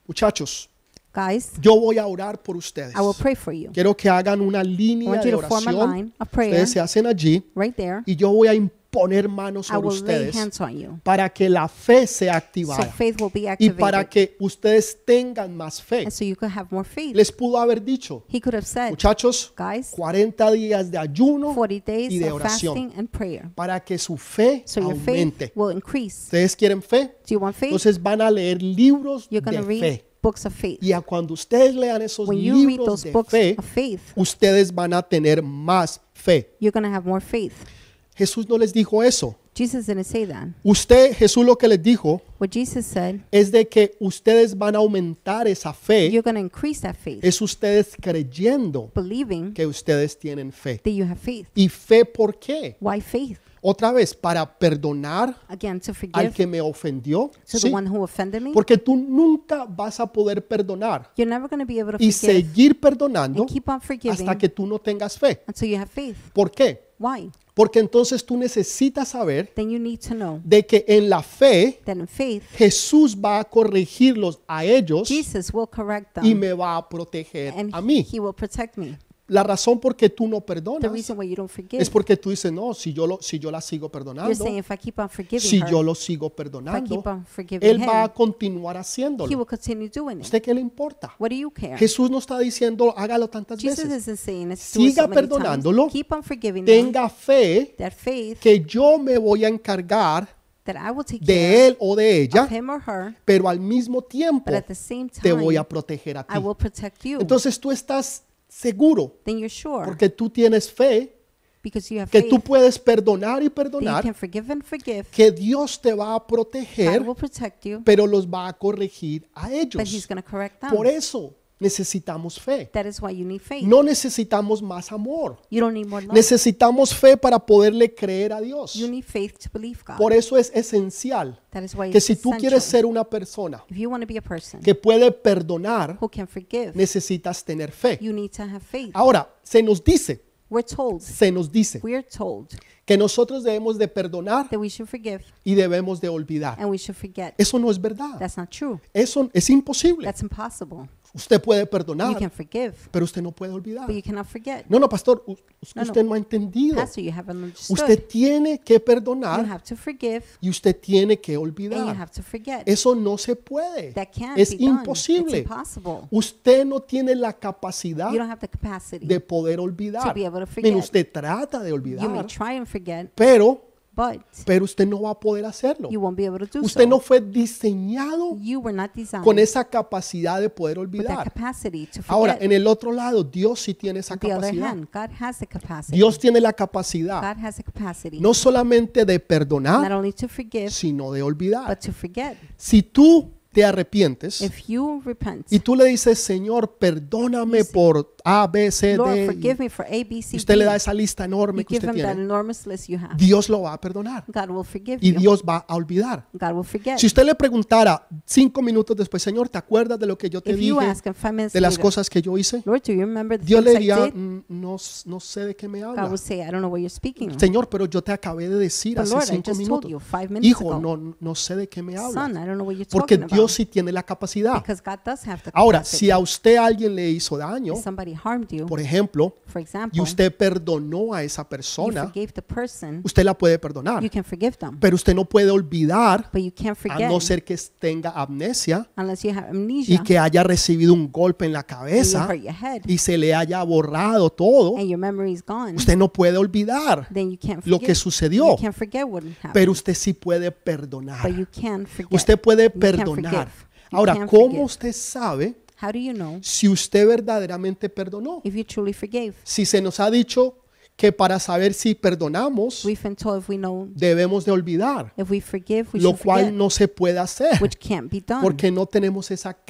A: muchachos,
B: guys,
A: yo voy a orar por ustedes.
B: I will pray for you.
A: Quiero que hagan una
B: I
A: línea
B: want you
A: de
B: to form a
A: oración.
B: line, a prayer,
A: Ustedes se hacen allí
B: right there.
A: y yo voy a imponer manos
B: I
A: sobre
B: will lay
A: ustedes
B: hands on you.
A: para que la fe sea
B: So
A: activada
B: faith will be
A: y
B: activated.
A: para que ustedes tengan más fe.
B: and so you could have more faith.
A: Les pudo haber dicho,
B: he could have said,
A: muchachos,
B: guys,
A: 40 días de ayuno
B: 40
A: y
B: days
A: de
B: of
A: oración.
B: fasting and prayer.
A: para que su fe
B: So your
A: aumente.
B: faith will increase.
A: ¿Ustedes quieren fe?
B: Do you want faith?
A: Entonces van a leer libros
B: You're going to
A: de
B: read
A: fe.
B: books of faith.
A: Y a cuando ustedes lean esos
B: When you read
A: libros
B: those
A: de
B: books
A: fe,
B: of faith,
A: ustedes van a tener más fe.
B: you're going to have more faith.
A: Jesús no les dijo eso.
B: Jesus didn't say that.
A: Usted, Jesús lo que les dijo
B: What Jesus said,
A: es de que ustedes van a aumentar esa fe.
B: you're going to increase that faith,
A: Es ustedes creyendo
B: believing
A: que ustedes tienen fe.
B: that you have faith.
A: ¿Y fe por qué?
B: Why faith?
A: Otra vez, para perdonar
B: Again, to
A: al
B: forgive
A: que me ofendió.
B: to
A: Sí,
B: the one who offended me.
A: porque tú nunca vas a poder perdonar
B: You're never going to be able to
A: y
B: forgive
A: seguir perdonando
B: and keep on forgiving
A: hasta que tú no tengas fe.
B: until you have faith.
A: ¿Por qué?
B: Why?
A: Porque entonces tú necesitas saber
B: Then you need to know
A: de que en la fe
B: that in faith,
A: Jesús va a corregirlos a ellos
B: Jesus will correct
A: y
B: them
A: me va a proteger
B: and
A: a mí.
B: he will protect me.
A: La razón por qué tú no
B: The
A: perdonas
B: reason why you don't
A: es
B: forgive,
A: porque tú dices, no, si yo, lo, si yo la sigo
B: you're saying
A: perdonando,
B: if I keep on forgiving
A: si
B: her,
A: yo lo sigo
B: if I
A: perdonando,
B: keep on forgiving
A: Él va
B: him,
A: a continuar
B: he
A: haciéndolo.
B: will continue doing it.
A: ¿Usted qué le importa?
B: What do you care?
A: Jesús no está diciendo, hágalo tantas
B: Jesus
A: veces.
B: isn't saying it's
A: Siga perdonándolo,
B: Keep on forgiving them.
A: Tenga fe
B: That faith
A: que yo me voy a encargar
B: that I will take care
A: de él o de ella,
B: of him or her,
A: pero al mismo tiempo
B: but at the same time,
A: te voy a proteger a ti.
B: I will protect you.
A: Entonces tú estás seguro
B: then you're sure
A: porque tú tienes fe
B: because you have
A: que
B: faith
A: tú puedes perdonar y
B: that you
A: perdonar,
B: can forgive and forgive.
A: que Dios te va a
B: God
A: proteger,
B: will protect you,
A: pero los va a corregir a
B: but He's
A: ellos.
B: going to correct them.
A: Por eso necesitamos fe.
B: That is why you need faith.
A: No necesitamos más amor.
B: You don't need more love.
A: Necesitamos fe para poderle creer a Dios.
B: you need faith to believe God.
A: Por eso es esencial
B: that is why
A: que
B: it's
A: si tú
B: essential.
A: quieres ser una persona
B: if you want to be a person
A: que puede perdonar,
B: who can forgive,
A: necesitas tener fe.
B: you need to have faith.
A: Ahora, se nos dice,
B: We're told,
A: se nos dice
B: we're told
A: que nosotros debemos de perdonar
B: that we should forgive
A: y debemos de olvidar.
B: and we should forget.
A: Eso no es verdad.
B: That's not true.
A: Eso es imposible.
B: That's impossible.
A: Usted puede
B: You can
A: perdonar,
B: forgive,
A: pero usted no puede olvidar.
B: but you cannot forget.
A: No, no, pastor, u- es que
B: No, no.
A: usted no ha entendido.
B: Pastor, you haven't understood.
A: Usted tiene que
B: you
A: perdonar
B: have to forgive
A: y usted tiene que
B: and you
A: olvidar.
B: have to forget.
A: Eso no se puede.
B: that can't
A: Es
B: be done. It's
A: imposible.
B: impossible.
A: Usted no tiene la capacidad
B: You don't have the capacity.
A: de poder olvidar.
B: to be able to
A: Mire,
B: forget.
A: usted trata de
B: You may
A: olvidar,
B: try and forget,
A: pero,
B: but
A: pero usted no va a poder hacerlo.
B: you won't be able to do
A: Usted
B: so.
A: no fue diseñado
B: you were not designed
A: con esa capacidad de poder
B: with that
A: olvidar.
B: capacity to forget.
A: Ahora, en el otro lado, Dios sí tiene esa
B: On the other
A: capacidad.
B: hand, God has the capacity.
A: Dios tiene la capacidad
B: God has the capacity
A: no solamente de
B: not
A: perdonar,
B: only to forgive,
A: sino de olvidar.
B: but to forget.
A: Si tú te arrepientes
B: If you repent,
A: y tú le dices, Señor, perdóname por A, B, C,
B: Lord,
A: D,
B: forgive me for A, B,
A: y
B: C,
A: usted le
B: D.
A: da esa lista enorme
B: You
A: que
B: give
A: usted
B: him that
A: tiene,
B: enormous list you have.
A: Dios lo va a perdonar
B: God will forgive
A: y
B: you.
A: Dios va a olvidar.
B: God will forget.
A: Si usted le preguntara cinco minutos después, Señor, ¿te acuerdas de lo que yo te
B: if you
A: dije,
B: ask him five minutes
A: de las
B: later,
A: cosas que yo hice?
B: Lord, do you remember the
A: Dios le
B: things I
A: diría,
B: did?
A: "Mm, no, s- no sé de qué me
B: God
A: habla.
B: will say, I don't know what you're speaking of.
A: Señor, pero yo te acabé de decir
B: But
A: hace
B: Lord, I
A: cinco
B: just told you
A: minutos.
B: five minutes
A: Hijo,
B: ago.
A: no, no sé de qué me
B: Son,
A: habla.
B: I don't know what you're
A: Porque
B: talking
A: Dios
B: about.
A: sí tiene la capacidad.
B: Because God does have the
A: Ahora,
B: capacity.
A: si a usted alguien le hizo daño,
B: If somebody harmed you,
A: por ejemplo,
B: for example,
A: y usted perdonó a esa
B: you
A: persona,
B: forgave the person,
A: usted la puede perdonar.
B: you can forgive them.
A: Pero usted no puede olvidar,
B: But you can't
A: a
B: forget
A: no ser que tenga amnesia
B: unless you have
A: y
B: amnesia
A: que haya recibido un golpe en la
B: and you
A: cabeza
B: hurt your head
A: y se le haya borrado todo.
B: and your memory is gone.
A: Usted no puede olvidar,
B: Then you can't
A: lo
B: forget.
A: que sucedió.
B: You can't forget what happened.
A: pero usted sí puede perdonar.
B: but you can forget.
A: Usted puede
B: You can't
A: perdonar.
B: forgive. You
A: Ahora,
B: can't
A: ¿cómo
B: forgive.
A: usted sabe
B: How do you know
A: si usted verdaderamente perdonó?
B: if you truly forgave?
A: Si se nos ha dicho que para saber si perdonamos
B: We've been told if we know,
A: debemos de olvidar,
B: if we forgive, we
A: lo
B: should forget,
A: cual no se puede hacer
B: which can't be done
A: porque no tenemos esa
B: because we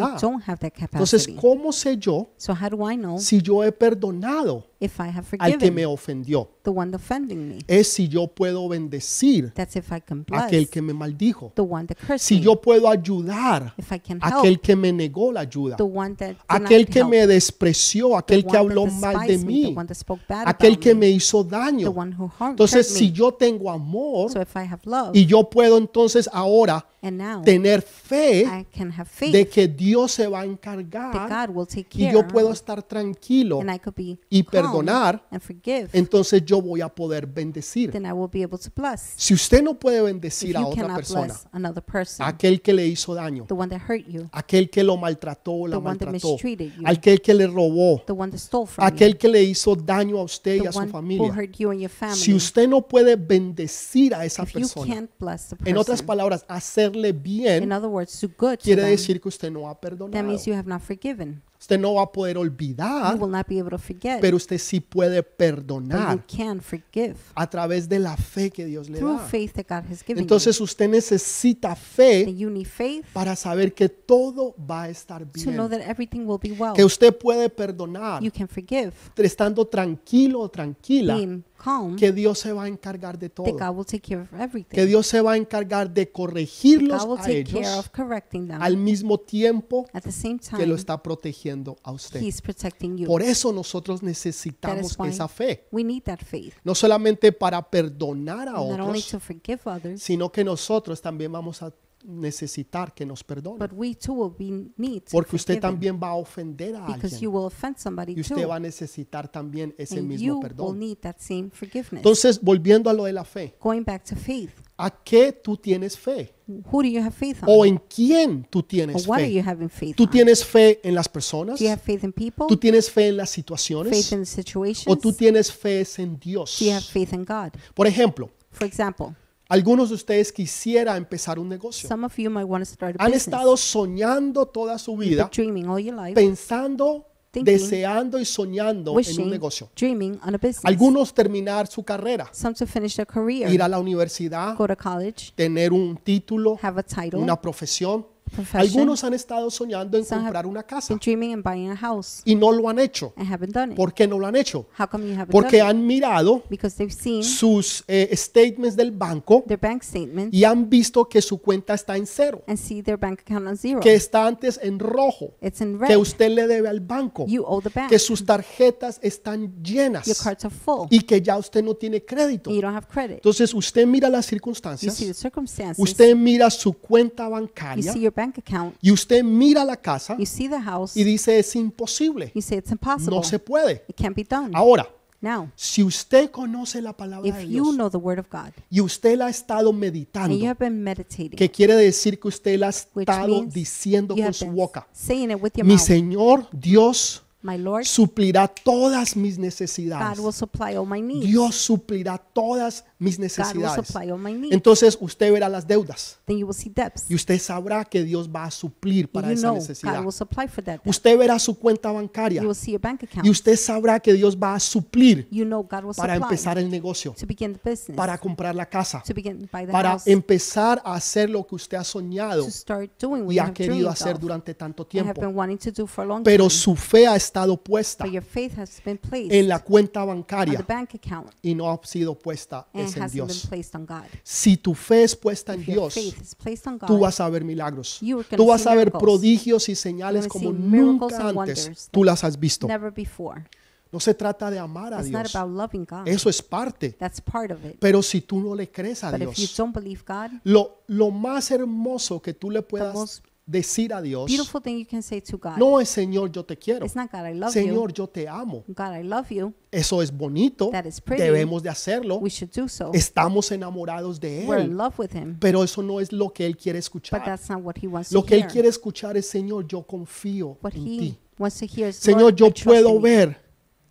A: capacidad.
B: don't have that
A: Entonces,
B: capacity.
A: ¿cómo sé yo
B: so how do I know
A: si yo he perdonado
B: if I have
A: al que me
B: forgiven
A: ofendió?
B: the one offending me?
A: Es si yo puedo bendecir
B: That's if I can
A: a
B: bless
A: aquel que me maldijo.
B: the one that cursed
A: Si
B: me.
A: yo puedo ayudar
B: if I can
A: a
B: help
A: aquel que me negó la ayuda.
B: the one that did not
A: aquel que
B: help,
A: me despreció,
B: the
A: aquel que
B: one that
A: habló mal de
B: despised me, the
A: mí,
B: one that spoke bad
A: aquel
B: about
A: que
B: me,
A: me hizo
B: the
A: daño.
B: one who harmed
A: Entonces,
B: hurt
A: si
B: me.
A: yo tengo amor
B: so if I have love,
A: y yo puedo entonces ahora
B: and now
A: tener fe
B: I can have faith
A: de que Dios se va a
B: that
A: encargar
B: God will take
A: y
B: care
A: yo puedo estar tranquilo,
B: and I could be
A: y
B: calm
A: perdonar,
B: and forgive,
A: entonces yo voy a poder bendecir.
B: then I will be able to bless.
A: Si usted no puede
B: If
A: bendecir a
B: you
A: otra
B: cannot
A: persona,
B: bless another person,
A: aquel que le hizo daño,
B: the one that hurt you,
A: aquel que lo maltrató o la
B: the one that
A: maltrató,
B: mistreated you,
A: aquel que le robó,
B: the one that stole from
A: aquel que le hizo daño a usted
B: you,
A: y
B: the
A: a su
B: one who
A: familia.
B: hurt you and your family,
A: Si usted no puede bendecir a esa
B: if you
A: persona,
B: can't bless the
A: en otras
B: person,
A: palabras, hacerle
B: in
A: bien
B: other words, do good to
A: quiere
B: them,
A: decir que usted no ha
B: that
A: perdonado.
B: means you have not forgiven.
A: Usted no va a poder
B: you
A: olvidar,
B: will not be able to
A: Ah,
B: forget,
A: pero usted sí puede
B: but you
A: perdonar
B: can forgive
A: a través de la fe que Dios le
B: through
A: da.
B: faith that God has given
A: Entonces usted necesita
B: you.
A: fe
B: Then you need faith
A: para saber que todo va a estar
B: to know
A: bien,
B: that everything will be well.
A: que usted puede perdonar
B: You can forgive,
A: estando tranquilo o tranquila,
B: being calm,
A: que Dios se va a encargar de
B: that
A: todo.
B: God will take care of
A: que
B: everything.
A: Dios se va a encargar de corregirlos
B: God will
A: a
B: take care
A: ellos
B: of correcting them.
A: al mismo tiempo
B: At the same
A: que lo
B: time,
A: está protegiendo a usted.
B: He's protecting you.
A: Por eso nosotros necesitamos
B: why-
A: esa fe,
B: We need that faith,
A: no solamente para perdonar a
B: not only
A: otros,
B: to forgive others,
A: sino que nosotros también vamos a necesitar que nos perdonen,
B: but we too will be need to
A: porque usted
B: forgive
A: también va a ofender a
B: because you
A: alguien
B: will offend somebody
A: y usted
B: too,
A: va a necesitar también ese
B: and
A: mismo
B: you will
A: perdón.
B: need that same forgiveness.
A: Entonces, volviendo a lo de la fe,
B: Going back to faith,
A: ¿a qué tú tienes fe?
B: who do you have faith on?
A: ¿O en quién tú
B: Or
A: tienes
B: what are
A: fe?
B: you having faith
A: Oh, ¿Tú
B: on?
A: tienes fe en las personas?
B: Do you have faith in people?
A: ¿Tú tienes fe en las
B: Faith
A: situaciones?
B: in situations?
A: ¿O tú tienes fe es en Dios?
B: Do you have faith in God?
A: Por ejemplo,
B: For example,
A: algunos de ustedes quisiera empezar un negocio.
B: some of you might want to start a
A: Han
B: business.
A: estado soñando toda su
B: You've been
A: vida,
B: dreaming all your life,
A: pensando,
B: Thinking.
A: deseando y soñando en un
B: wishing,
A: negocio.
B: dreaming on a business.
A: Algunos terminar su carrera,
B: some to finish their career,
A: ir a la universidad,
B: go to college,
A: tener un título,
B: have a title,
A: una profesión,
B: profession,
A: Algunos han estado soñando en
B: Some have
A: comprar una
B: been
A: casa
B: dreaming and buying a house
A: y no lo han hecho.
B: and haven't done it.
A: ¿Por qué no lo han hecho?
B: How come you haven't
A: Porque
B: done it?
A: han mirado
B: Because they've seen
A: sus eh, statements del banco
B: their bank statement
A: y han visto que su cuenta está en cero,
B: and see their bank account on zero.
A: que está antes en rojo,
B: It's in
A: que
B: red.
A: usted le debe al banco,
B: You owe the bank.
A: que sus tarjetas están llenas
B: Your cards are full.
A: y que ya usted no tiene crédito.
B: and you don't have credit.
A: Entonces usted mira las
B: You see the
A: circunstancias,
B: circumstances.
A: usted mira su cuenta
B: you
A: bancaria
B: see your bank account.
A: y usted mira la casa
B: You see the house.
A: y dice es imposible,
B: you say it's impossible.
A: no se puede.
B: it can't be done.
A: Ahora,
B: now,
A: si usted conoce la palabra de
B: if you
A: Dios
B: know the word of God
A: y usted la ha estado
B: and you
A: meditando,
B: have been meditating,
A: que quiere decir que usted la ha
B: which
A: estado
B: means
A: diciendo
B: you
A: con
B: have
A: su
B: been
A: boca.
B: saying it with your
A: Mi
B: mouth,
A: Señor Dios
B: my Lord,
A: suplirá todas mis
B: God
A: necesidades.
B: will supply all my needs.
A: Dios suplirá todas mis
B: God will
A: necesidades.
B: supply all my needs.
A: Entonces usted verá las deudas
B: then you will see debts.
A: y usted sabrá que Dios va a suplir para
B: And you
A: esa
B: know God
A: necesidad.
B: will supply for that. debt.
A: Usted verá su cuenta bancaria
B: You will see your bank
A: y
B: account.
A: usted sabrá que Dios va a suplir
B: You know God will
A: para empezar
B: supply
A: el negocio,
B: to begin the business,
A: para comprar la casa,
B: to begin to buy the
A: para
B: house,
A: empezar a hacer lo que usted ha soñado
B: to start doing what
A: y
B: you
A: ha
B: have
A: querido
B: dreamed
A: hacer
B: of.
A: durante tanto
B: and have
A: tiempo.
B: been wanting to do for a long
A: Pero
B: time.
A: su fe ha estado puesta
B: But your faith has been placed
A: en la cuenta
B: on the
A: bancaria
B: bank account
A: y no ha sido puesta
B: and
A: es en
B: hasn't been
A: Dios.
B: placed on God.
A: Si tu fe es puesta en
B: If your
A: Dios,
B: faith is placed on God,
A: tú vas a ver milagros.
B: You are gonna
A: Tú vas
B: see
A: a ver
B: miracles.
A: prodigios y señales
B: You're gonna
A: como
B: see miracles
A: nunca
B: and
A: antes
B: wonders
A: tú las has visto.
B: never before.
A: No se trata de amar a
B: It's not
A: Dios.
B: about loving God.
A: Eso es parte.
B: That's part of it.
A: Pero si tú no le crees a
B: But if you
A: Dios,
B: don't believe God,
A: lo, lo más hermoso que tú le puedas
B: most
A: decir a Dios
B: beautiful thing you can say to God.
A: no es Señor, yo te quiero.
B: It's not God, I love
A: Señor, yo te amo.
B: you. God, I love you.
A: Eso es bonito.
B: That is pretty.
A: Debemos de hacerlo.
B: We should do so.
A: Estamos enamorados de
B: We're in
A: Él.
B: love with Him.
A: Pero eso no es lo que Él quiere
B: But
A: escuchar.
B: that's not what He wants
A: Lo
B: to
A: que Él
B: hear.
A: quiere escuchar es, Señor, yo confío
B: What
A: en
B: He
A: ti.
B: wants to hear is,
A: Señor,
B: Lord, I
A: yo
B: trust
A: puedo
B: in you.
A: ver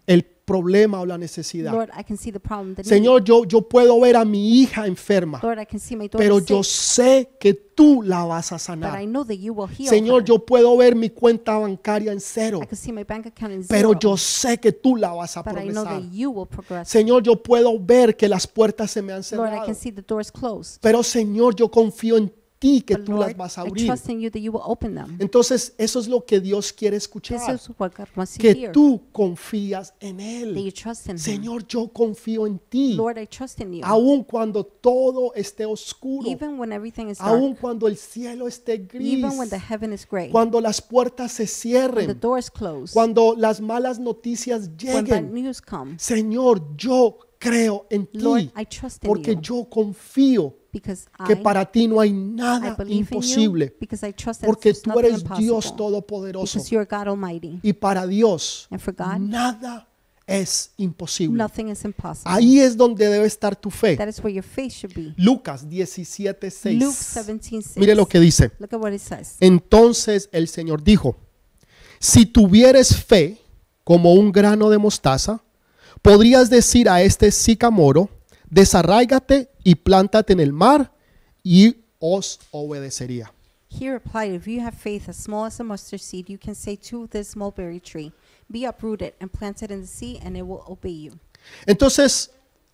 A: el problema o la necesidad.
B: Lord, I can see the problem. The need.
A: Señor, yo, yo puedo ver a mi hija enferma,
B: Lord, I can see my daughter
A: pero
B: sick,
A: yo sé que tú la vas a
B: but I
A: sanar.
B: know that you will heal
A: Señor,
B: her.
A: yo puedo ver mi cuenta bancaria en cero,
B: I can see my bank account in zero,
A: pero yo sé que tú la vas a
B: but I know
A: progresar.
B: that you will progress.
A: Señor, yo puedo ver que las puertas se me han
B: Lord, I
A: cerrado,
B: can see the doors closed.
A: pero Señor, yo confío en ti que
B: But
A: tú las
B: Lord,
A: vas a
B: I
A: abrir.
B: trust in you that you will open them.
A: Entonces, eso es lo que Dios quiere
B: This
A: escuchar,
B: is what God wants to
A: que
B: hear.
A: tú confías en Él.
B: That you trust in Him.
A: Señor, yo confío en ti.
B: Lord, I trust in you.
A: Aun cuando todo esté oscuro,
B: Even when everything is dark,
A: aun cuando el cielo esté gris,
B: even when the heaven is gray,
A: cuando las puertas se
B: when the
A: cierren,
B: doors close,
A: cuando las malas noticias
B: when bad
A: lleguen,
B: news comes,
A: Señor, yo creo en
B: Lord,
A: ti,
B: I trust in
A: porque
B: you
A: yo confío
B: because
A: que
B: I,
A: para ti no hay
B: I
A: nada
B: believe in you
A: imposible,
B: because I trust that
A: porque
B: there's
A: tú
B: nothing
A: eres Dios
B: impossible
A: todopoderoso
B: because you are God Almighty.
A: y para Dios
B: And for God,
A: nada es imposible.
B: nothing is impossible.
A: Ahí es donde debe estar tu fe.
B: That is where your faith should be.
A: Lucas 17,
B: Luke
A: 6.
B: 17,
A: Mire lo que dice.
B: Look at what it says.
A: Entonces el Señor dijo, si tuvieres fe como un grano de mostaza, podrías decir a este sicamoro, desarráigate y plántate en el mar y os obedecería.
B: He replied, If you have faith as small as a mustard seed, you can say to this mulberry tree, Be uprooted and planted in the sea, and it will obey you.
A: Entonces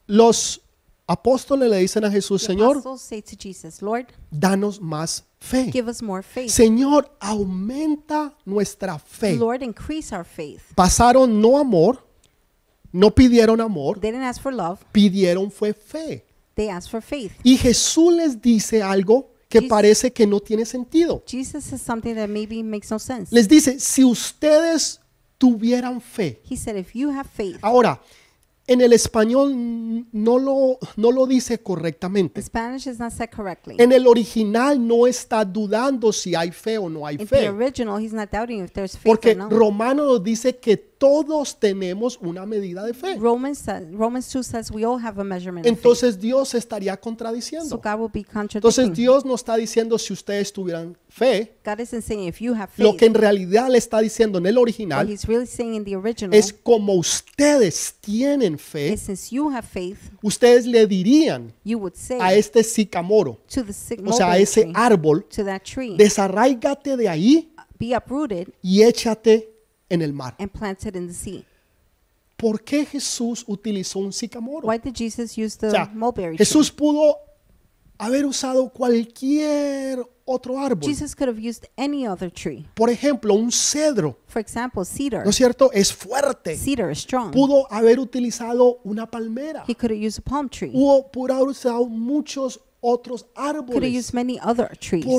A: los apóstoles le dicen a Jesús,
B: The
A: Señor,
B: apostles say to Jesus, Lord,
A: danos más fe.
B: give us more faith.
A: Señor, aumenta nuestra fe.
B: Lord, increase our faith.
A: Pasaron no amor, no pidieron amor,
B: They didn't ask for love,
A: pidieron fue fe.
B: they asked for faith.
A: Y Jesús les dice algo que
B: Jes-
A: parece que no tiene sentido.
B: Jesus says something that maybe makes no sense.
A: Les dice, si ustedes tuvieran fe.
B: He said, If you have faith,
A: Ahora, en el español n- no lo, no lo dice
B: in
A: correctamente.
B: Spanish is not said correctly.
A: En el original no está dudando si hay fe o no hay
B: In the
A: fe.
B: original, he's not doubting if there's faith
A: Porque
B: or not.
A: Romano nos dice que todos tenemos una medida de fe.
B: Romans, says, Romans 2 says we all have a measurement of faith.
A: Entonces Dios se estaría
B: So
A: contradiciendo.
B: God will be
A: Entonces
B: contradicting.
A: Dios no está diciendo si ustedes tuvieran fe.
B: God isn't saying if you have
A: Lo
B: faith.
A: que en realidad le está diciendo en el
B: What
A: original
B: he's really saying in the original
A: es como ustedes tienen fe,
B: is since you have faith,
A: ustedes le dirían
B: you would say
A: a este sicamoro,
B: to the sick
A: o sea, a
B: mulberry
A: ese
B: tree,
A: árbol,
B: to that tree,
A: desarráigate de ahí
B: be uprooted
A: y échate en el mar.
B: and planted in the sea.
A: ¿Por qué Jesús utilizó un sicamoro?
B: Why did Jesus use the
A: O sea,
B: mulberry tree?
A: Jesús pudo haber usado cualquier otro árbol.
B: Jesus could have used any other tree.
A: Por ejemplo, un cedro,
B: For example, cedar.
A: ¿no es cierto? Es fuerte.
B: Cedar is strong.
A: Pudo haber utilizado una palmera.
B: He could have used a palm tree.
A: Pudo, pudo haber usado muchos otros
B: Could have
A: árboles.
B: used many other
A: ¿Por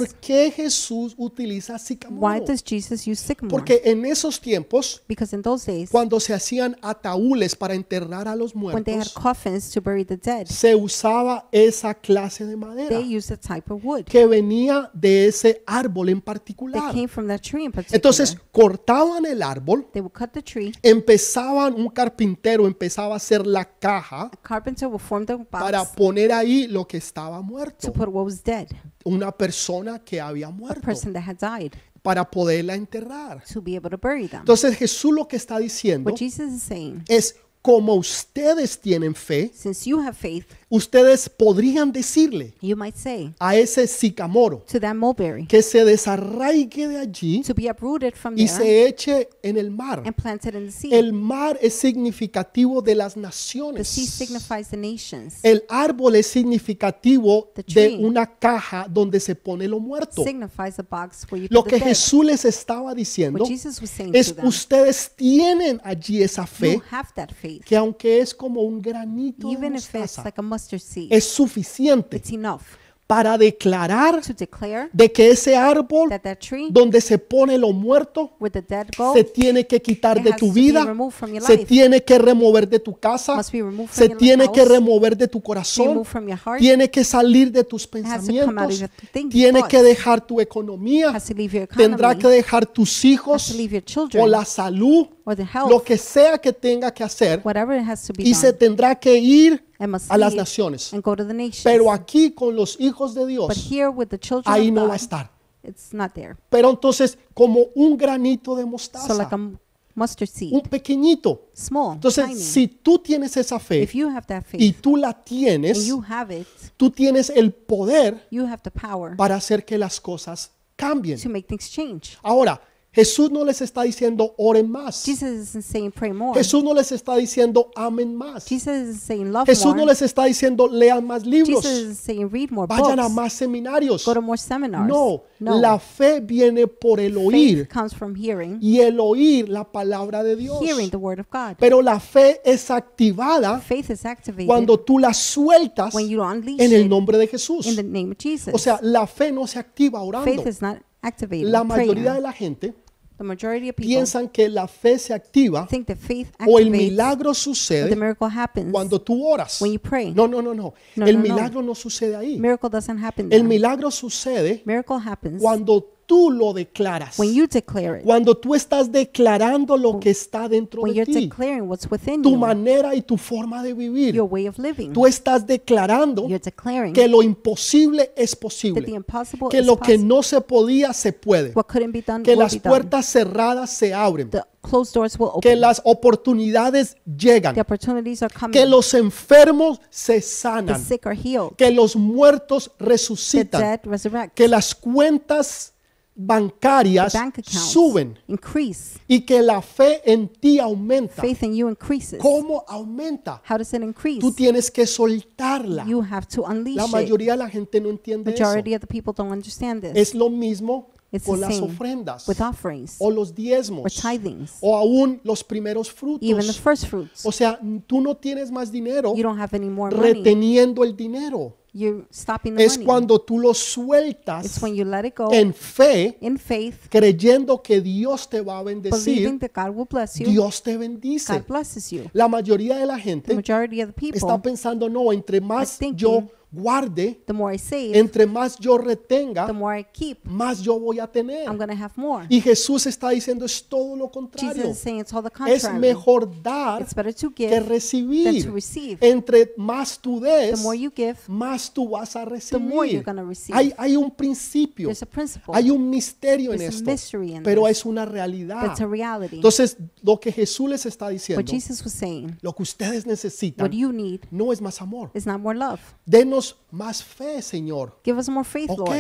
B: trees.
A: qué Jesús utiliza
B: Why
A: sicamoro?
B: does Jesus use sycamore?
A: Porque en esos tiempos,
B: Because in those days,
A: cuando se hacían ataúdes para enterrar a los
B: when they had
A: muertos,
B: coffins to bury the dead,
A: se usaba esa clase de madera
B: they used a type of wood
A: que venía de ese árbol en
B: that
A: particular.
B: came from that tree in particular.
A: Entonces cortaban el árbol,
B: They would cut the tree.
A: empezaban un carpintero, empezaba a hacer la caja
B: A carpenter would form the
A: para
B: box
A: poner ahí lo que estaba
B: to
A: muerto,
B: put what was dead,
A: una persona que había
B: a
A: muerto,
B: person that had died,
A: para poderla enterrar.
B: to be able to bury them.
A: Entonces Jesús lo que está diciendo
B: What Jesus is saying,
A: es, como ustedes tienen fe,
B: since you have faith,
A: ustedes podrían decirle
B: you might say
A: a ese sicamoro
B: to that mulberry
A: que se desarraigue de allí
B: to be uprooted from
A: y
B: there
A: se eche en el mar.
B: and planted in the sea.
A: El mar es significativo de las
B: The sea
A: naciones.
B: signifies the nations,
A: El árbol es significativo
B: The
A: de
B: tree.
A: una caja donde se pone lo muerto.
B: signifies a box where you
A: Lo
B: put
A: que
B: the dead.
A: Jesús les estaba diciendo
B: What Jesus was saying to
A: es
B: them,
A: ustedes tienen allí esa
B: you
A: fe
B: have that faith,
A: que aunque es como un granito de
B: even if it's
A: mostaza,
B: like a mustard seed.
A: es suficiente
B: It's enough
A: para declarar
B: to declare
A: de que ese árbol
B: that that tree
A: donde se pone lo muerto
B: where the dead
A: se
B: go
A: tiene que quitar
B: It
A: de
B: has
A: tu
B: to be
A: vida,
B: removed from your
A: se
B: life.
A: tiene que remover de tu casa,
B: must be removed from
A: se
B: your
A: tiene que
B: house,
A: remover de tu corazón,
B: removed from your heart,
A: tiene que salir de tus
B: has to come out of
A: pensamientos,
B: your thinking
A: tiene que
B: thoughts,
A: dejar tu economía,
B: has to leave your
A: tendrá que
B: economy,
A: dejar tus
B: has
A: hijos
B: to leave your
A: o
B: children
A: la salud,
B: or the
A: lo
B: health,
A: que sea que tenga que hacer
B: whatever it has to Oh. be
A: y se
B: done,
A: tendrá que ir
B: and must
A: a las
B: leave
A: naciones.
B: and go to the nations.
A: Pero aquí con los hijos de
B: But
A: Dios,
B: here with the children
A: ahí
B: of
A: no va a
B: God,
A: estar.
B: it's not there.
A: Pero entonces como un granito de
B: So like a
A: mostaza,
B: m- mustard
A: un
B: seed,
A: pequeñito.
B: small, tiny.
A: Entonces, si tú tienes esa fe
B: if you have that
A: y
B: faith
A: tú la
B: and
A: tienes,
B: you have it,
A: tú tienes el poder
B: you have the power
A: para hacer que las cosas cambien.
B: to make things change.
A: Ahora, Jesús no les está diciendo oren más.
B: Jesus isn't saying pray more.
A: Jesús no les está diciendo amen más.
B: Jesus is saying love
A: Jesús no
B: more.
A: les está diciendo lean más libros,
B: Jesus is saying read more
A: vayan a
B: books.
A: más seminarios.
B: Go to more seminars.
A: No, la fe viene por el
B: Faith
A: oír
B: comes from hearing,
A: y el oír la palabra de Dios.
B: hearing the word of God.
A: Pero la fe es activada
B: Faith is activated
A: cuando tú la sueltas
B: when you unleash
A: en el
B: it
A: nombre de Jesús.
B: in the name of Jesus.
A: O sea, la fe no se activa orando.
B: faith is not activated.
A: La
B: in
A: mayoría
B: prayer.
A: de la gente
B: the majority of people
A: piensan que la fe se activa
B: think that faith
A: o el
B: activates
A: milagro
B: or the
A: sucede
B: miracle happens.
A: cuando tú oras.
B: when you pray.
A: No, no, no, no.
B: No,
A: El
B: no, no.
A: milagro no sucede ahí.
B: miracle doesn't happen
A: El
B: there.
A: milagro sucede
B: Miracle happens
A: cuando tú lo declaras.
B: when you declare it,
A: Cuando tú estás declarando lo que está dentro
B: when
A: de
B: you're
A: ti,
B: declaring what's within
A: tu
B: you,
A: manera y tu forma de vivir.
B: your way of living.
A: Tú estás declarando
B: You're declaring
A: que lo imposible es
B: that the
A: posible,
B: impossible
A: que
B: is
A: lo que
B: possible.
A: no se podía se puede.
B: What couldn't be done
A: que
B: will
A: las
B: be done.
A: puertas cerradas se abren,
B: The closed doors will
A: que
B: open.
A: las oportunidades llegan,
B: The opportunities are coming.
A: que los enfermos se
B: the
A: sanan,
B: sick are healed.
A: que los muertos
B: The
A: resucitan,
B: dead resurrect.
A: que las cuentas bancarias
B: Bank accounts
A: suben
B: increase.
A: y que la fe en ti aumenta.
B: Faith in you increases.
A: ¿Cómo aumenta?
B: How does it increase?
A: Tú tienes que soltarla.
B: You have to unleash
A: La
B: it.
A: mayoría de la gente no entiende eso.
B: Majority of the people don't understand this.
A: Es lo mismo
B: It's
A: con
B: the
A: las
B: same
A: ofrendas
B: With offerings,
A: o los
B: or
A: diezmos
B: tithings,
A: o aún los primeros
B: even the
A: frutos.
B: first fruits,
A: O sea, n- tú no tienes más dinero
B: you don't have any more money.
A: reteniendo el dinero.
B: You're stopping the
A: Es
B: money.
A: cuando tú lo
B: It's
A: sueltas
B: when you let it go
A: en fe,
B: in faith,
A: creyendo que Dios te va a
B: believing
A: bendecir,
B: that God will bless you.
A: Dios te bendice.
B: God blesses you.
A: La mayoría de la
B: The
A: gente
B: majority of the
A: está
B: people,
A: pensando, no, entre más
B: thinking-
A: yo guarde,
B: the more I save,
A: entre más yo
B: the
A: retenga,
B: more I keep.
A: más yo voy a tener.
B: I'm going to have more.
A: Y Jesús está diciendo, es todo lo
B: Jesus
A: contrario.
B: is saying it's all the
A: Es
B: contrary.
A: mejor dar
B: It's better to
A: que
B: give than to
A: recibir.
B: receive.
A: Entre más tú
B: The
A: des,
B: more you give,
A: más tú vas a
B: more you're
A: recibir.
B: gonna receive.
A: Hay, hay un principio,
B: there's a principle.
A: hay un misterio en
B: There's a
A: esto,
B: mystery in
A: pero
B: this.
A: es una realidad.
B: That's a reality.
A: Entonces, lo que Jesús les está
B: What
A: diciendo,
B: Jesus was saying,
A: lo que ustedes necesitan,
B: what you need
A: no es más amor.
B: is not more love.
A: Denos más fe, Señor.
B: Give us more faith,
A: Ok,
B: Lord.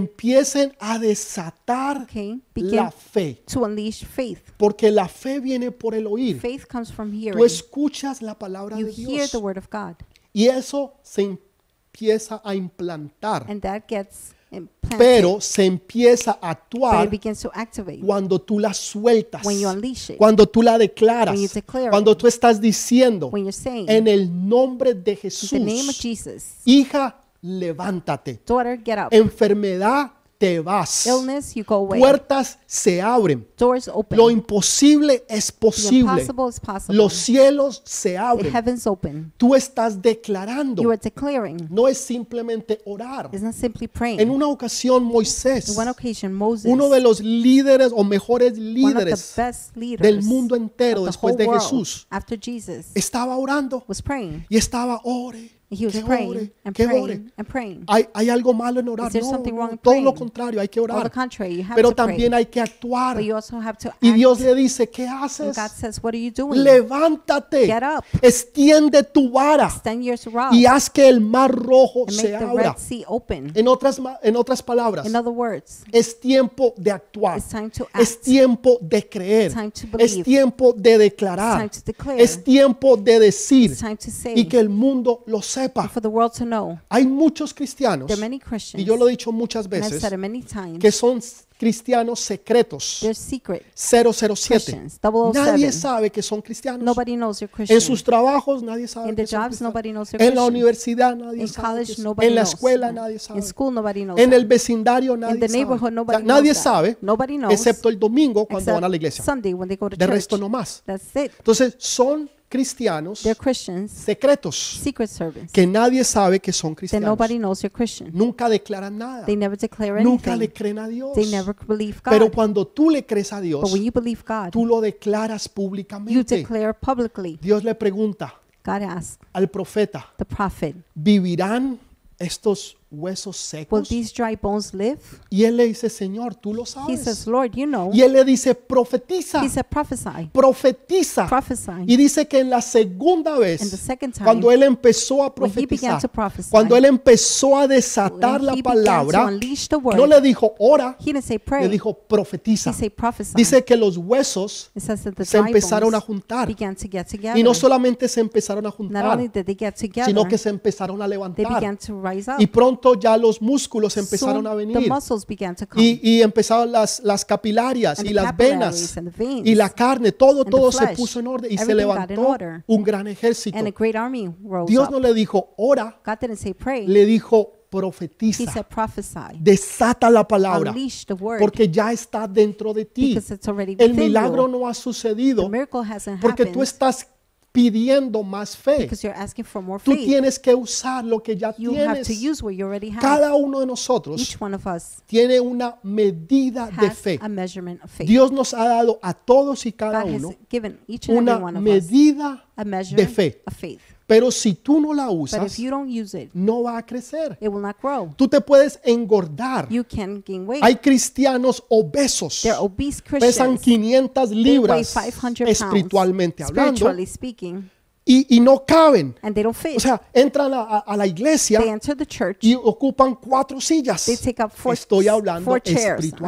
A: empiecen a desatar
B: Okay,
A: la
B: begin
A: fe,
B: to unleash faith.
A: porque la fe viene por el oír.
B: Faith comes from
A: Tú
B: hearing.
A: escuchas la palabra
B: You
A: de
B: hear
A: Dios
B: the word of God,
A: y eso se empieza a implantar.
B: and that gets and plant it,
A: pero se empieza a
B: but it
A: actuar
B: begins to activate
A: cuando tú la sueltas,
B: when you unleash it,
A: cuando tú la declaras,
B: when you declare it,
A: cuando tú estás diciendo
B: when you're saying,
A: en el nombre de
B: in the name of
A: Jesús,
B: Jesus,
A: hija, levántate,
B: daughter, get up.
A: enfermedad, te vas,
B: Illness, you go away.
A: puertas se abren,
B: Doors open.
A: lo imposible es
B: the
A: posible,
B: impossible is possible.
A: los cielos se
B: the
A: abren,
B: heavens open.
A: tú estás declarando,
B: You are declaring.
A: no es simplemente orar.
B: It's not simply praying.
A: En una ocasión
B: On
A: Moisés,
B: one occasion, Moses,
A: uno de los líderes o mejores
B: one of the
A: líderes
B: best leaders
A: del mundo entero
B: of the
A: después
B: whole
A: de
B: world,
A: Jesús,
B: after Jesus,
A: estaba orando
B: was praying.
A: y estaba ore,
B: He was
A: que
B: praying
A: ore,
B: and
A: que ore.
B: praying and praying.
A: Hay, hay algo malo en orar,
B: Is there
A: no,
B: something wrong
A: no,
B: in
A: todo lo
B: praying?
A: contrario, hay que
B: On the
A: orar,
B: contrary, you have
A: pero
B: to pray,
A: también hay que actuar.
B: but you also have to act.
A: Y Dios le dice, ¿qué
B: and
A: haces?
B: God says, what are you doing?
A: Levántate,
B: Get up.
A: extiende tu vara
B: Stand your rod
A: y haz que el mar rojo
B: Oh. and
A: se
B: make the Red
A: abra.
B: Sea open.
A: En otras, ma- en otras palabras,
B: In other words,
A: Es tiempo de actuar.
B: It's time to
A: Es
B: act.
A: tiempo de creer.
B: It's time to
A: Es
B: believe.
A: tiempo de
B: It's
A: declarar.
B: time to declare.
A: Es tiempo de decir
B: it's time to say
A: y que el mundo lo sepa.
B: for the world to know.
A: Hay muchos cristianos,
B: There are many Christians,
A: y yo lo he dicho muchas
B: and I've
A: veces,
B: said it many times,
A: que son s- cristianos secretos.
B: they're secret.
A: 007.
B: Christians, 007.
A: Nadie sabe que son cristianos.
B: Nobody knows you're Christian.
A: En sus trabajos nadie sabe
B: In
A: que
B: the
A: son
B: jobs,
A: cristianos.
B: nobody knows they're
A: En la
B: Christian.
A: universidad nadie
B: In
A: sabe. que
B: college,
A: son-
B: nobody
A: En la
B: knows.
A: escuela nadie sabe.
B: In school, nobody knows.
A: En
B: that.
A: el vecindario
B: In
A: nadie
B: the
A: sabe.
B: neighborhood,
A: Ya,
B: nobody
A: Nadie
B: knows. that.
A: sabe,
B: Nobody knows.
A: excepto el domingo cuando
B: except
A: van a la iglesia.
B: Sunday when they go to
A: De
B: church.
A: resto no más.
B: That's it.
A: Entonces son cristianos
B: They're Christians,
A: secretos
B: secret servants.
A: que nadie sabe que son
B: Then
A: cristianos.
B: nobody knows you're Christian.
A: Nunca declaran nada.
B: They never declare
A: Nunca
B: anything.
A: le creen a Dios.
B: They never believe God.
A: Pero cuando tú le crees a Dios,
B: but when you believe God,
A: tú lo declaras
B: you
A: públicamente.
B: declare publicly.
A: Dios le pregunta
B: God asked
A: al profeta,
B: the prophet,
A: ¿vivirán estos huesos
B: Will
A: secos?
B: these dry bones live?
A: Y él le dice, Señor, tú lo
B: He says,
A: sabes.
B: Lord, you know.
A: Y él le dice, profetiza,
B: He said, Prophesy.
A: profetiza.
B: Prophesy.
A: Y dice que en la segunda
B: And the
A: vez,
B: second time,
A: cuando él empezó a
B: when he began
A: profetizar,
B: to prophesy,
A: cuando él empezó a desatar
B: when
A: la
B: he began to
A: palabra,
B: unleash the
A: no
B: word,
A: le dijo ora,
B: he didn't say
A: le
B: pray.
A: dijo profetiza.
B: He said prophesy.
A: Dice que los huesos
B: It says that the
A: se
B: dry
A: empezaron a
B: bones
A: juntar.
B: began to get together.
A: Y no solamente se empezaron a
B: Not only
A: juntar,
B: did they get together,
A: sino que se empezaron a
B: they began
A: levantar.
B: to rise up.
A: Y pronto ya los músculos empezaron
B: Soon
A: a
B: The
A: venir.
B: muscles began to come.
A: Y, y empezaron las, las capilarias
B: and
A: y
B: the
A: las
B: capillaries
A: venas
B: and the veins.
A: y la carne, todo,
B: the
A: todo se
B: flesh.
A: puso en orden y se
B: Everything got in
A: levantó
B: order.
A: un gran ejército.
B: and a great army rose
A: Dios
B: up.
A: no le dijo ora,
B: God didn't say pray.
A: le dijo
B: he
A: profetiza,
B: said prophesy.
A: desata la palabra,
B: Unleash the word.
A: porque ya está dentro de ti.
B: because it's already
A: El
B: within
A: milagro
B: you.
A: no ha
B: The
A: sucedido
B: miracle hasn't
A: porque
B: happened
A: tú estás pidiendo más fe.
B: because you're asking for more
A: Tú
B: faith.
A: tienes que usar lo que ya
B: you have to
A: tienes.
B: use what you already have.
A: Cada uno de nosotros
B: Each one of us
A: tiene una medida de
B: has
A: fe.
B: a measurement of faith.
A: Dios nos ha dado a todos y cada
B: God has
A: uno
B: given each and
A: una
B: every one of us
A: medida,
B: a measurement
A: fe.
B: of faith.
A: pero si tú no la
B: But if
A: usas,
B: you don't use it,
A: no va a crecer.
B: it will not grow.
A: Tú te puedes engordar.
B: You can gain weight.
A: Hay cristianos obesos.
B: They're obese
A: Pesan
B: Christians.
A: 500
B: They weigh
A: libras
B: 500 pounds,
A: espiritualmente hablando
B: spiritually speaking,
A: y, y no caben.
B: and they don't fit.
A: O sea, entran a, a- a la
B: they
A: iglesia
B: enter the church.
A: y ocupan cuatro sillas.
B: They take up four,
A: Estoy hablando
B: four chairs. I'm speaking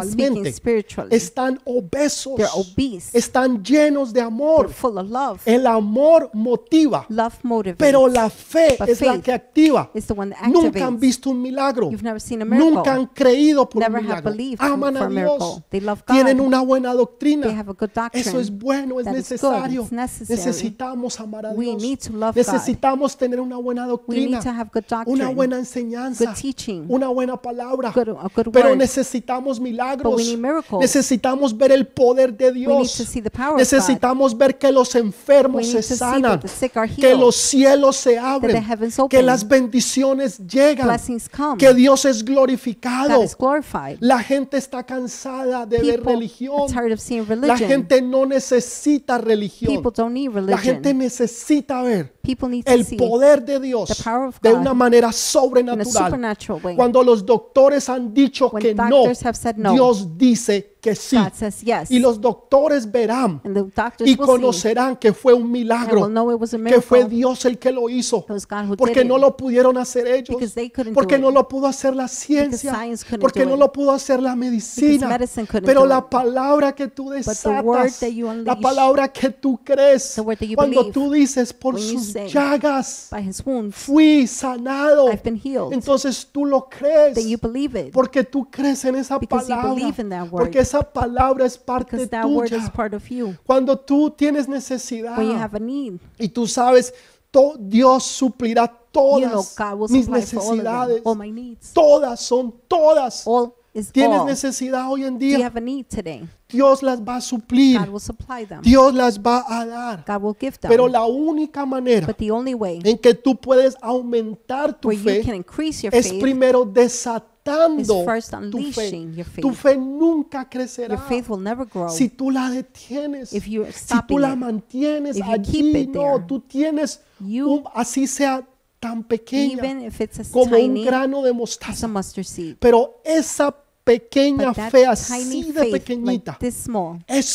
A: espiritualmente.
B: spiritually.
A: Están obesos.
B: They're obese.
A: Están llenos de
B: They're
A: amor.
B: full of love.
A: El amor motiva,
B: Love motivates.
A: pero la fe
B: But
A: es la
B: faith
A: que activa.
B: is the one that
A: Nunca han
B: activates.
A: visto un milagro.
B: You've never seen a miracle.
A: Nunca han creído por un
B: Never have
A: milagro.
B: believed
A: Aman
B: for
A: a
B: a
A: Dios.
B: miracle. They love God.
A: Tienen una buena
B: They
A: doctrina.
B: have a good doctrine.
A: Eso es bueno, es
B: That is good.
A: necesario.
B: It's necessary.
A: Necesitamos amar a
B: We
A: Dios.
B: need to love God.
A: Necesitamos tener una buena
B: we
A: doctrina,
B: need to have good doctrine.
A: una buena enseñanza,
B: good teaching.
A: una buena palabra.
B: good, a good
A: Pero
B: word.
A: necesitamos milagros.
B: need miracles.
A: Necesitamos ver el poder de
B: we need to
A: Dios.
B: see the power of God.
A: Necesitamos ver que los
B: We
A: enfermos
B: need to
A: se
B: see that
A: sanan,
B: the sick are
A: que
B: healed.
A: los cielos se abren,
B: the heavens
A: que
B: open.
A: las bendiciones llegan,
B: Blessings come.
A: que Dios es
B: God
A: glorificado.
B: is glorified.
A: La gente está cansada de ver
B: People
A: religión.
B: are tired of seeing
A: La
B: religion.
A: gente no necesita religión.
B: People don't need
A: La
B: religion.
A: gente necesita ver
B: People need to
A: el
B: see
A: poder de Dios
B: the power of
A: de
B: God
A: una manera
B: in a
A: sobrenatural.
B: supernatural way.
A: Cuando los doctores han dicho
B: When
A: que no,
B: doctors have said no,
A: Dios dice que sí.
B: God says yes.
A: Y los doctores verán
B: and the doctors
A: y
B: will see
A: conocerán que fue un
B: and will
A: milagro,
B: know it was a
A: que fue
B: miracle
A: Dios el que lo hizo.
B: It was God who
A: Porque
B: did
A: no
B: it.
A: lo pudieron hacer ellos.
B: Because they couldn't
A: Porque
B: do
A: no
B: it.
A: lo pudo hacer la ciencia.
B: science couldn't
A: Porque
B: do
A: no
B: it.
A: lo pudo hacer la medicina.
B: medicine couldn't
A: Pero
B: do
A: la
B: it.
A: palabra que tú
B: word
A: desatas,
B: that you
A: la
B: unleash,
A: palabra que tú crees,
B: the word that you
A: cuando
B: believe,
A: tú dices por
B: when you
A: sus
B: say,
A: llagas
B: by his wounds.
A: fui sanado,
B: I've been healed.
A: entonces tú lo crees.
B: Then you believe it.
A: Porque tú crees en esa
B: Because you
A: palabra.
B: believe in that word.
A: Porque esa palabra es parte
B: Because that word is
A: tuya.
B: part of you.
A: Cuando tú tienes necesidad
B: When you have a need,
A: y tú sabes, to- Dios suplirá
B: you know
A: todas
B: God will
A: mis
B: supply for all of
A: necesidades.
B: them, all my needs.
A: Todas son todas.
B: All is
A: Tienes
B: all.
A: necesidad hoy en
B: Do you
A: día.
B: have Oh, a need today?
A: Dios las va a suplir.
B: God will supply them.
A: Dios las va a dar.
B: God will give
A: Pero
B: them.
A: la única manera
B: But the only way
A: en que tú puedes aumentar tu
B: where Pues, you can
A: fe
B: increase your
A: es
B: faith,
A: primero desatando
B: is first
A: tu fe.
B: unleashing your faith.
A: Tu fe nunca
B: your
A: crecerá
B: faith will never grow.
A: si tú la detienes,
B: If you're
A: si tú
B: stopping
A: la
B: it,
A: mantienes
B: if you keep
A: allí,
B: it
A: no,
B: there,
A: tú tienes,
B: you-
A: un- así sea tan pequeña
B: Even if it's as
A: como un
B: tiny
A: grano de
B: as a
A: mostaza,
B: mustard seed.
A: pero esa pequeña
B: But that
A: fe
B: tiny
A: así de
B: faith,
A: pequeñita
B: like this small,
A: es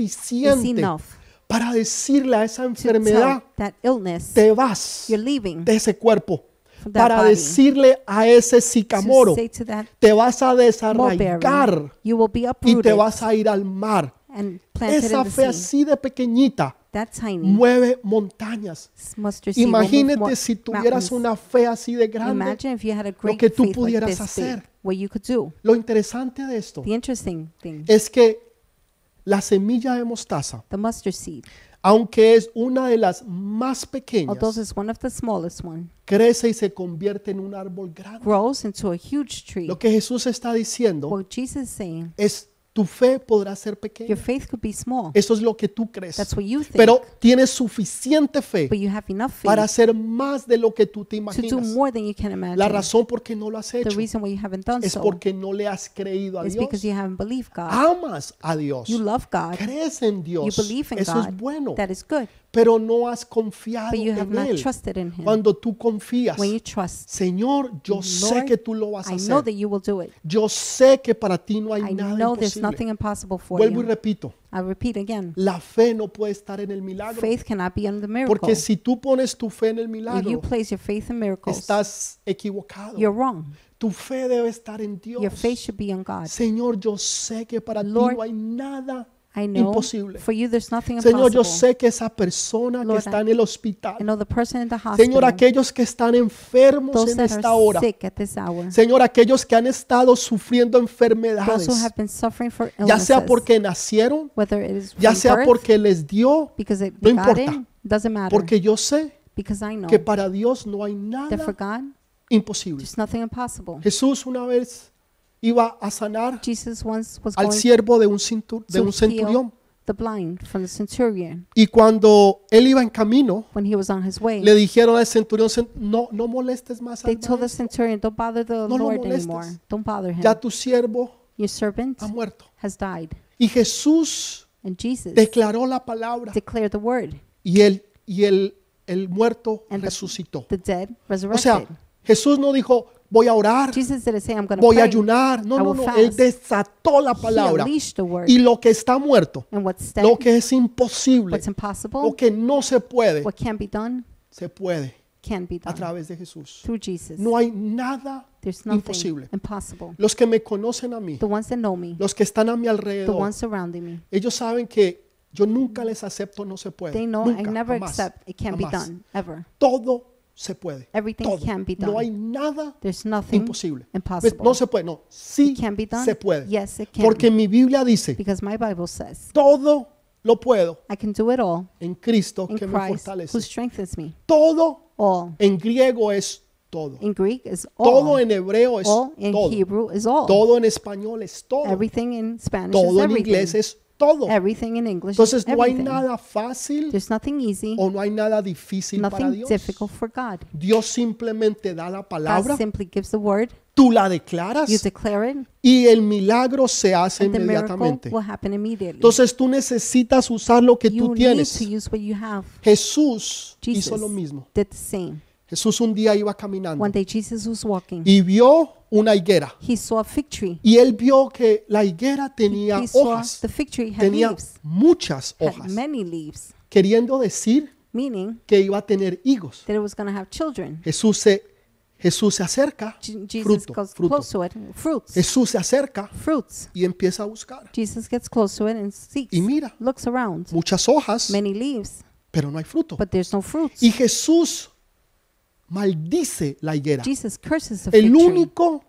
B: is
A: suficiente
B: enough
A: para decirle a esa
B: to
A: enfermedad,
B: tell that illness
A: te vas
B: you're leaving.
A: de ese cuerpo,
B: from that
A: para
B: body,
A: decirle a ese
B: To
A: sicamoro,
B: say to that
A: te vas a
B: mulberry,
A: desarraigar
B: you will be
A: y te
B: uprooted
A: vas a ir al mar.
B: and planted in
A: Esa
B: the
A: fe
B: sea.
A: así de pequeñita
B: That tiny
A: mueve montañas.
B: mustard seed will move
A: Imagínate
B: mo-
A: si tuvieras
B: mountains.
A: una fe así de grande.
B: Imagine if you had a great
A: que tú
B: faith like
A: pudieras
B: this
A: hacer.
B: big, what you could do.
A: Lo interesante de esto
B: The interesting thing,
A: es que la semilla de mostaza,
B: the mustard seed,
A: aunque es una de las más pequeñas,
B: although it's one of the smallest one,
A: crece y se convierte en un árbol grande.
B: grows into a huge tree.
A: Lo que Jesús está diciendo
B: What Jesus is saying,
A: es tu fe podrá ser
B: your
A: pequeña.
B: faith could be small.
A: Eso es lo que tú crees.
B: That's what you think.
A: Pero tienes suficiente fe
B: but you have enough faith
A: para hacer más de lo que tú te
B: to do
A: imaginas.
B: more than you can imagine.
A: La razón por qué no lo has
B: the
A: hecho
B: reason why you haven't done
A: es
B: so
A: porque no le has creído a
B: is
A: Dios.
B: because you haven't believed God.
A: amas a Dios,
B: you love God.
A: crees en Dios,
B: You believe in
A: eso
B: God.
A: es bueno,
B: That is good.
A: pero no has confiado
B: But you have
A: en
B: not
A: Él.
B: trusted in Him.
A: Cuando tú confías,
B: When you trust,
A: Señor, yo sé
B: Lord,
A: que tú lo vas a
B: I know that
A: hacer.
B: you will do it.
A: Yo sé que para ti no hay
B: I
A: nada
B: know there's
A: imposible.
B: nothing impossible for
A: Vuelvo y
B: you.
A: repito,
B: I repeat again.
A: la fe no puede estar en el milagro,
B: Faith cannot be in the miracle.
A: porque si tú pones tu fe en el
B: When you
A: milagro,
B: place your faith in miracles,
A: estás equivocado.
B: you're wrong.
A: Tu fe debe estar en Dios.
B: Your faith should be on God.
A: Señor, yo sé que para ti
B: Lord,
A: no hay nada
B: I know
A: imposible.
B: for you there's nothing impossible.
A: Señor, yo sé que esa persona que
B: Lord,
A: está en el hospital,
B: I know the person in the hospital,
A: Señor, aquellos que están enfermos
B: those
A: en
B: that
A: esta
B: are
A: hora,
B: sick at this hour,
A: Señor, aquellos que han estado sufriendo
B: those
A: enfermedades,
B: who have been suffering for
A: ya
B: illnesses,
A: sea porque nacieron,
B: whether it is
A: ya
B: from
A: sea
B: birth,
A: porque les dio,
B: because it
A: no
B: they got
A: importa,
B: in, doesn't matter.
A: porque yo sé
B: because I know
A: que para Dios no hay
B: that for
A: nada
B: God,
A: imposible.
B: there's nothing impossible.
A: Jesús una vez iba a sanar
B: Jesus once was
A: al
B: going
A: siervo de un, cintu- de
B: to
A: un centurión
B: heal the blind from the centurion
A: y cuando él iba en camino,
B: when he was on his way.
A: le dijeron al centurión, "Cen- no, no molestes más
B: They
A: al
B: told the
A: maestro.
B: centurion, don't bother the
A: No lo
B: Lord
A: molestes.
B: anymore. Don't bother him.
A: ya tu siervo
B: Your servant
A: ha muerto.
B: has died.
A: Y Jesús
B: And Jesus
A: declaró la palabra
B: declared the word.
A: y el, y el, el muerto
B: And the-
A: resucitó.
B: The dead
A: O
B: resurrected.
A: sea, Jesús no dijo, voy a orar,
B: Jesus didn't say, I'm going to
A: voy a
B: pray.
A: ayunar. No,
B: I
A: no,
B: will
A: no. Él
B: fast.
A: desató la
B: He
A: palabra.
B: unleashed the word. Pues
A: Y lo que está muerto,
B: And what's dead,
A: lo que es imposible,
B: what's impossible,
A: lo que no se puede,
B: what can be done,
A: se puede
B: can be
A: a
B: done
A: través de Jesús.
B: through Jesus.
A: No hay nada
B: Pues There's nothing
A: imposible.
B: impossible.
A: Los que me conocen a mí,
B: The ones that know me,
A: los que están a mi
B: the
A: alrededor,
B: ones surrounding me,
A: ellos saben que yo nunca les acepto no se puede.
B: they know I
A: nunca,
B: never
A: jamás,
B: accept it can be
A: jamás.
B: done, ever.
A: Todo se puede.
B: Everything
A: todo.
B: can be
A: No
B: done.
A: hay nada
B: There's nothing
A: imposible. Pues,
B: impossible.
A: No se puede, no. Sí
B: It can be done.
A: se puede.
B: Yes, it can.
A: Porque mi Biblia dice,
B: because my Bible says,
A: todo lo puedo
B: I can do it all
A: en Cristo
B: in
A: que me
B: Christ who
A: fortalece.
B: strengthens me.
A: Todo
B: All.
A: en griego es todo.
B: In Greek is all.
A: Todo en hebreo es
B: all in
A: todo.
B: Hebrew is all.
A: Todo en español es todo.
B: Everything in Spanish is
A: Todo en
B: everything.
A: inglés es todo.
B: everything in English
A: Entonces
B: is
A: no hay
B: everything.
A: nada fácil
B: There's nothing easy,
A: o no hay nada difícil para
B: nothing
A: Dios.
B: difficult for God.
A: Dios simplemente da la palabra,
B: God simply gives the word,
A: tú la declaras
B: you declare it,
A: y el milagro se hace
B: and the miracle
A: inmediatamente.
B: will happen immediately.
A: Entonces tú necesitas usar lo que
B: you
A: tú
B: need to
A: tienes.
B: use what you have.
A: Jesús
B: Jesus
A: hizo lo mismo.
B: did the same.
A: Jesús un día iba
B: One
A: caminando
B: day Jesus was walking.
A: y vio una higuera.
B: He saw a fig tree.
A: Y él vio que la higuera tenía
B: He saw
A: hojas,
B: the fig tree had
A: tenía
B: leaves,
A: muchas
B: had
A: hojas,
B: many leaves,
A: queriendo decir
B: meaning
A: que iba a tener higos.
B: that it was going to have children.
A: Jesús se, Jesús se acerca,
B: Je- Jesus
A: fruto,
B: goes
A: fruto.
B: close to it. Fruits.
A: Jesús se acerca
B: Fruits.
A: y empieza a buscar.
B: Jesus gets close to it and seeks,
A: Y mira,
B: looks around.
A: muchas hojas,
B: Many leaves,
A: pero no hay fruto.
B: but there's no fruits.
A: Y Jesús maldice la higuera.
B: Jesus curses the fig
A: El
B: tree.
A: único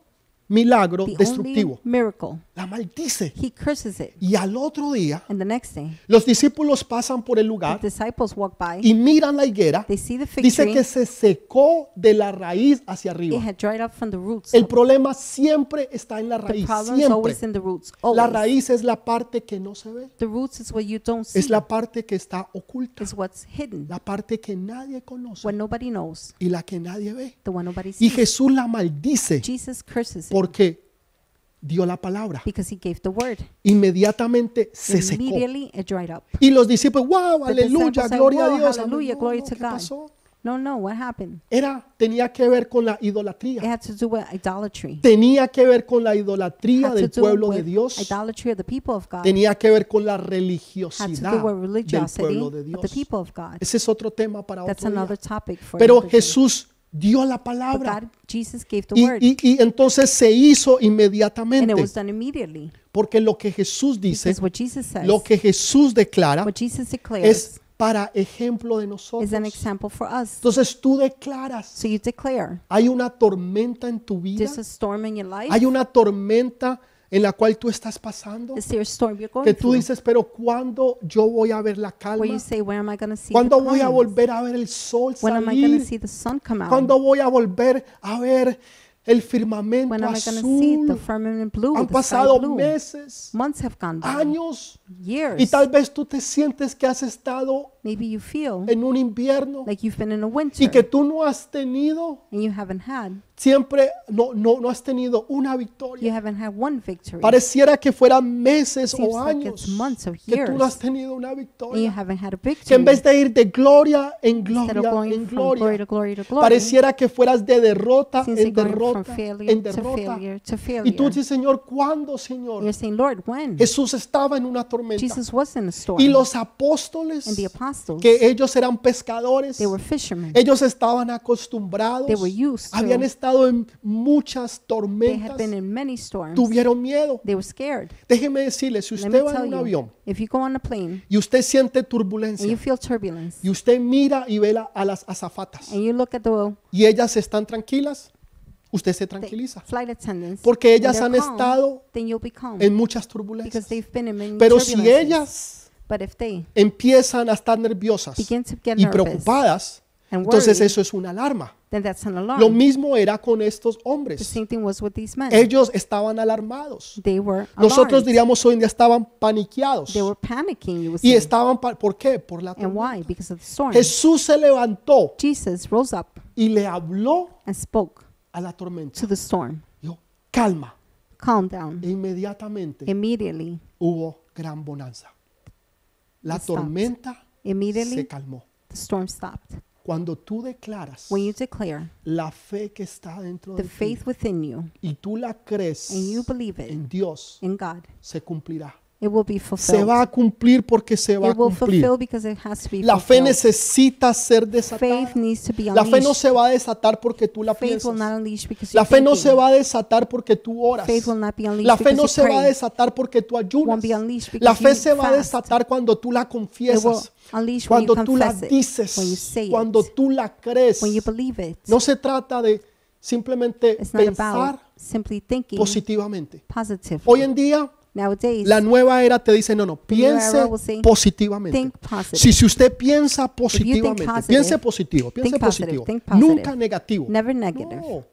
A: milagro
B: The only
A: destructivo.
B: miracle.
A: La maldice.
B: He curses it.
A: Y al otro día,
B: And the next day,
A: los discípulos pasan por el lugar
B: the disciples walk by.
A: y miran la higuera.
B: They see the fig
A: Dice
B: tree.
A: que se secó de la raíz hacia
B: It
A: arriba.
B: had dried up from the roots.
A: El problema siempre está en la
B: The
A: raíz.
B: problem is
A: Siempre.
B: always in the roots.
A: La
B: Always.
A: raíz es la parte que no se ve.
B: The roots is what you don't see.
A: Es la parte que está oculta.
B: Is what's hidden.
A: La parte que nadie conoce
B: What nobody knows.
A: y la que nadie ve.
B: The one nobody
A: Y
B: sees.
A: Jesús la maldice
B: Jesus curses it
A: porque dio la palabra.
B: because he gave the word.
A: Inmediatamente se
B: Pues
A: secó.
B: Immediately it dried up.
A: Y los discípulos, wow,
B: The disciples
A: aleluya,
B: said,
A: gloria a
B: "Wow,
A: Dios.
B: hallelujah,
A: No,
B: glory
A: no,
B: to
A: ¿qué
B: God."
A: pasó?
B: No, no, what happened?
A: Era, tenía que ver con la
B: It
A: idolatría.
B: had to do with idolatry.
A: Tenía que ver con la
B: It
A: idolatría
B: had
A: del
B: to do
A: pueblo de
B: with
A: Dios.
B: Idolatry of the people of God.
A: Tenía que ver con la
B: had to
A: religiosidad
B: do with
A: del
B: religiosity
A: pueblo de
B: eh, of the
A: Dios.
B: people of God.
A: Ese es otro tema para
B: That's
A: otro día.
B: another topic for
A: Pero
B: another day.
A: Jesús dio la
B: But
A: palabra
B: God, Jesus gave the
A: y,
B: word,
A: y- y entonces se hizo
B: and it was
A: inmediatamente.
B: done immediately.
A: Porque lo que Jesús dice,
B: Because what Jesus says,
A: lo que Jesús declara,
B: what Jesus declares,
A: es para ejemplo de
B: is an
A: nosotros.
B: example for us.
A: Entonces tú declaras,
B: So you declare,
A: hay una tormenta en tu vida,
B: there's a storm in your life.
A: hay una tormenta en la cual tú estás pasando,
B: Is there a storm you're going
A: que tú
B: through?
A: dices, pero ¿cuándo yo voy a ver la
B: where you
A: calma?
B: say, where am I going to see the
A: ¿Cuándo voy a
B: clouds?
A: volver a ver el sol
B: When am I going to
A: salir?
B: see the sun come out?
A: ¿Cuándo voy a volver a ver el firmamento
B: when am I going to see the
A: azul?
B: firmament blue,
A: Han
B: the sky
A: pasado
B: blue?
A: meses,
B: Months have gone by,
A: años,
B: years.
A: y tal vez tú te sientes que has estado
B: Maybe you feel
A: en un invierno
B: like you've been in a winter
A: y que tú no has tenido
B: and you haven't had
A: siempre no, no, no has tenido una
B: you
A: victoria.
B: haven't had one victory
A: Pareciera que fueran meses
B: Seems
A: o
B: like
A: años
B: it's months or
A: que tú no
B: years.
A: has tenido una
B: and you
A: victoria.
B: haven't had a
A: Que
B: victory
A: en vez de ir de gloria en
B: instead of
A: gloria
B: going
A: en
B: from glory to
A: gloria,
B: glory to glory
A: pareciera que fueras de derrota
B: seems
A: en
B: like going from
A: derrota
B: failure
A: en
B: to
A: derrota.
B: failure
A: Y
B: to
A: tú
B: failure
A: dices, Señor, ¿cuándo,
B: And you're
A: Señor?
B: saying Lord when
A: Jesús estaba en una tormenta.
B: Jesus was in a storm
A: Y los apóstoles,
B: and the apostles
A: que ellos eran pescadores,
B: they were fishermen
A: ellos estaban acostumbrados,
B: They were used to-
A: habían estado en muchas
B: they had
A: tormentas,
B: been in many storms
A: tuvieron miedo.
B: they were scared
A: Déjeme decirle, si
B: let me
A: usted va
B: tell
A: en un
B: you
A: avión
B: if you go on a plane
A: y usted siente
B: and you
A: turbulencia
B: feel turbulence
A: y usted mira y ve la- a las azafatas
B: and you look at the
A: y ellas están tranquilas, usted se
B: the
A: tranquiliza
B: flight attendants
A: Porque
B: when
A: ellas
B: they're
A: han
B: calm,
A: estado
B: then you'll be calm
A: en muchas
B: because
A: turbulencias.
B: they've been in many
A: Pero si
B: turbulences.
A: ellas
B: but if they
A: empiezan a estar nerviosas
B: begin to get
A: y
B: nervous
A: preocupadas,
B: and
A: entonces
B: worried,
A: eso es una alarma.
B: then that's an alarm.
A: Lo mismo era con estos
B: the
A: hombres.
B: same thing was with these men.
A: Ellos estaban alarmados.
B: they were
A: Nosotros
B: alarmed.
A: diríamos hoy en día estaban paniqueados.
B: They were panicking, you would
A: Y
B: say.
A: estaban, pa- ¿por qué? Por la
B: and
A: tormenta.
B: why? Because of the storm.
A: Jesús se levantó
B: Jesus rose up
A: y le habló
B: and spoke
A: a la tormenta.
B: to the storm.
A: Dijo, calma.
B: Calm down.
A: E
B: Em-,
A: inmediatamente
B: Immediately.
A: hubo gran bonanza. La
B: It stopped.
A: tormenta se
B: Immediately,
A: calmó.
B: the storm stopped.
A: Cuando tú declaras
B: When you declare
A: la fe que está dentro
B: the
A: de ti
B: faith within you
A: y tú la crees
B: and you believe it
A: en Dios,
B: in God,
A: se cumplirá.
B: it will be
A: Se
B: fulfilled.
A: va a cumplir porque se va a
B: it will
A: cumplir.
B: fulfill because it has to be
A: La fe
B: fulfilled.
A: necesita ser desatada.
B: faith needs to be
A: La fe
B: unleashed.
A: no se va a desatar porque tú la
B: faith will not
A: piensas.
B: unleash because
A: La
B: you're
A: fe no
B: thinking.
A: se va a desatar porque tú oras.
B: Faith will not be unleashed
A: La fe
B: because
A: no
B: you
A: se va a
B: pray.
A: desatar porque tú ayunas.
B: Won't be unleashed because
A: La fe
B: you
A: se va a
B: fast.
A: desatar cuando tú la
B: It will
A: confiesas,
B: unleash when
A: cuando
B: you
A: tú la
B: confess it, when you
A: dices,
B: say
A: cuando
B: it,
A: tú la crees.
B: when you believe it.
A: No se trata de simplemente
B: It's not about
A: pensar
B: simply thinking
A: positivamente. Hoy
B: positively.
A: en día
B: Nowadays,
A: la nueva era te dice, no, no,
B: new era
A: piense
B: will say,
A: positivamente.
B: think positive.
A: Si, si usted piensa
B: you think
A: positivamente,
B: positive,
A: piense positivo, piense
B: think positive,
A: positivo,
B: think positive.
A: nunca negativo.
B: Never negative.
A: No.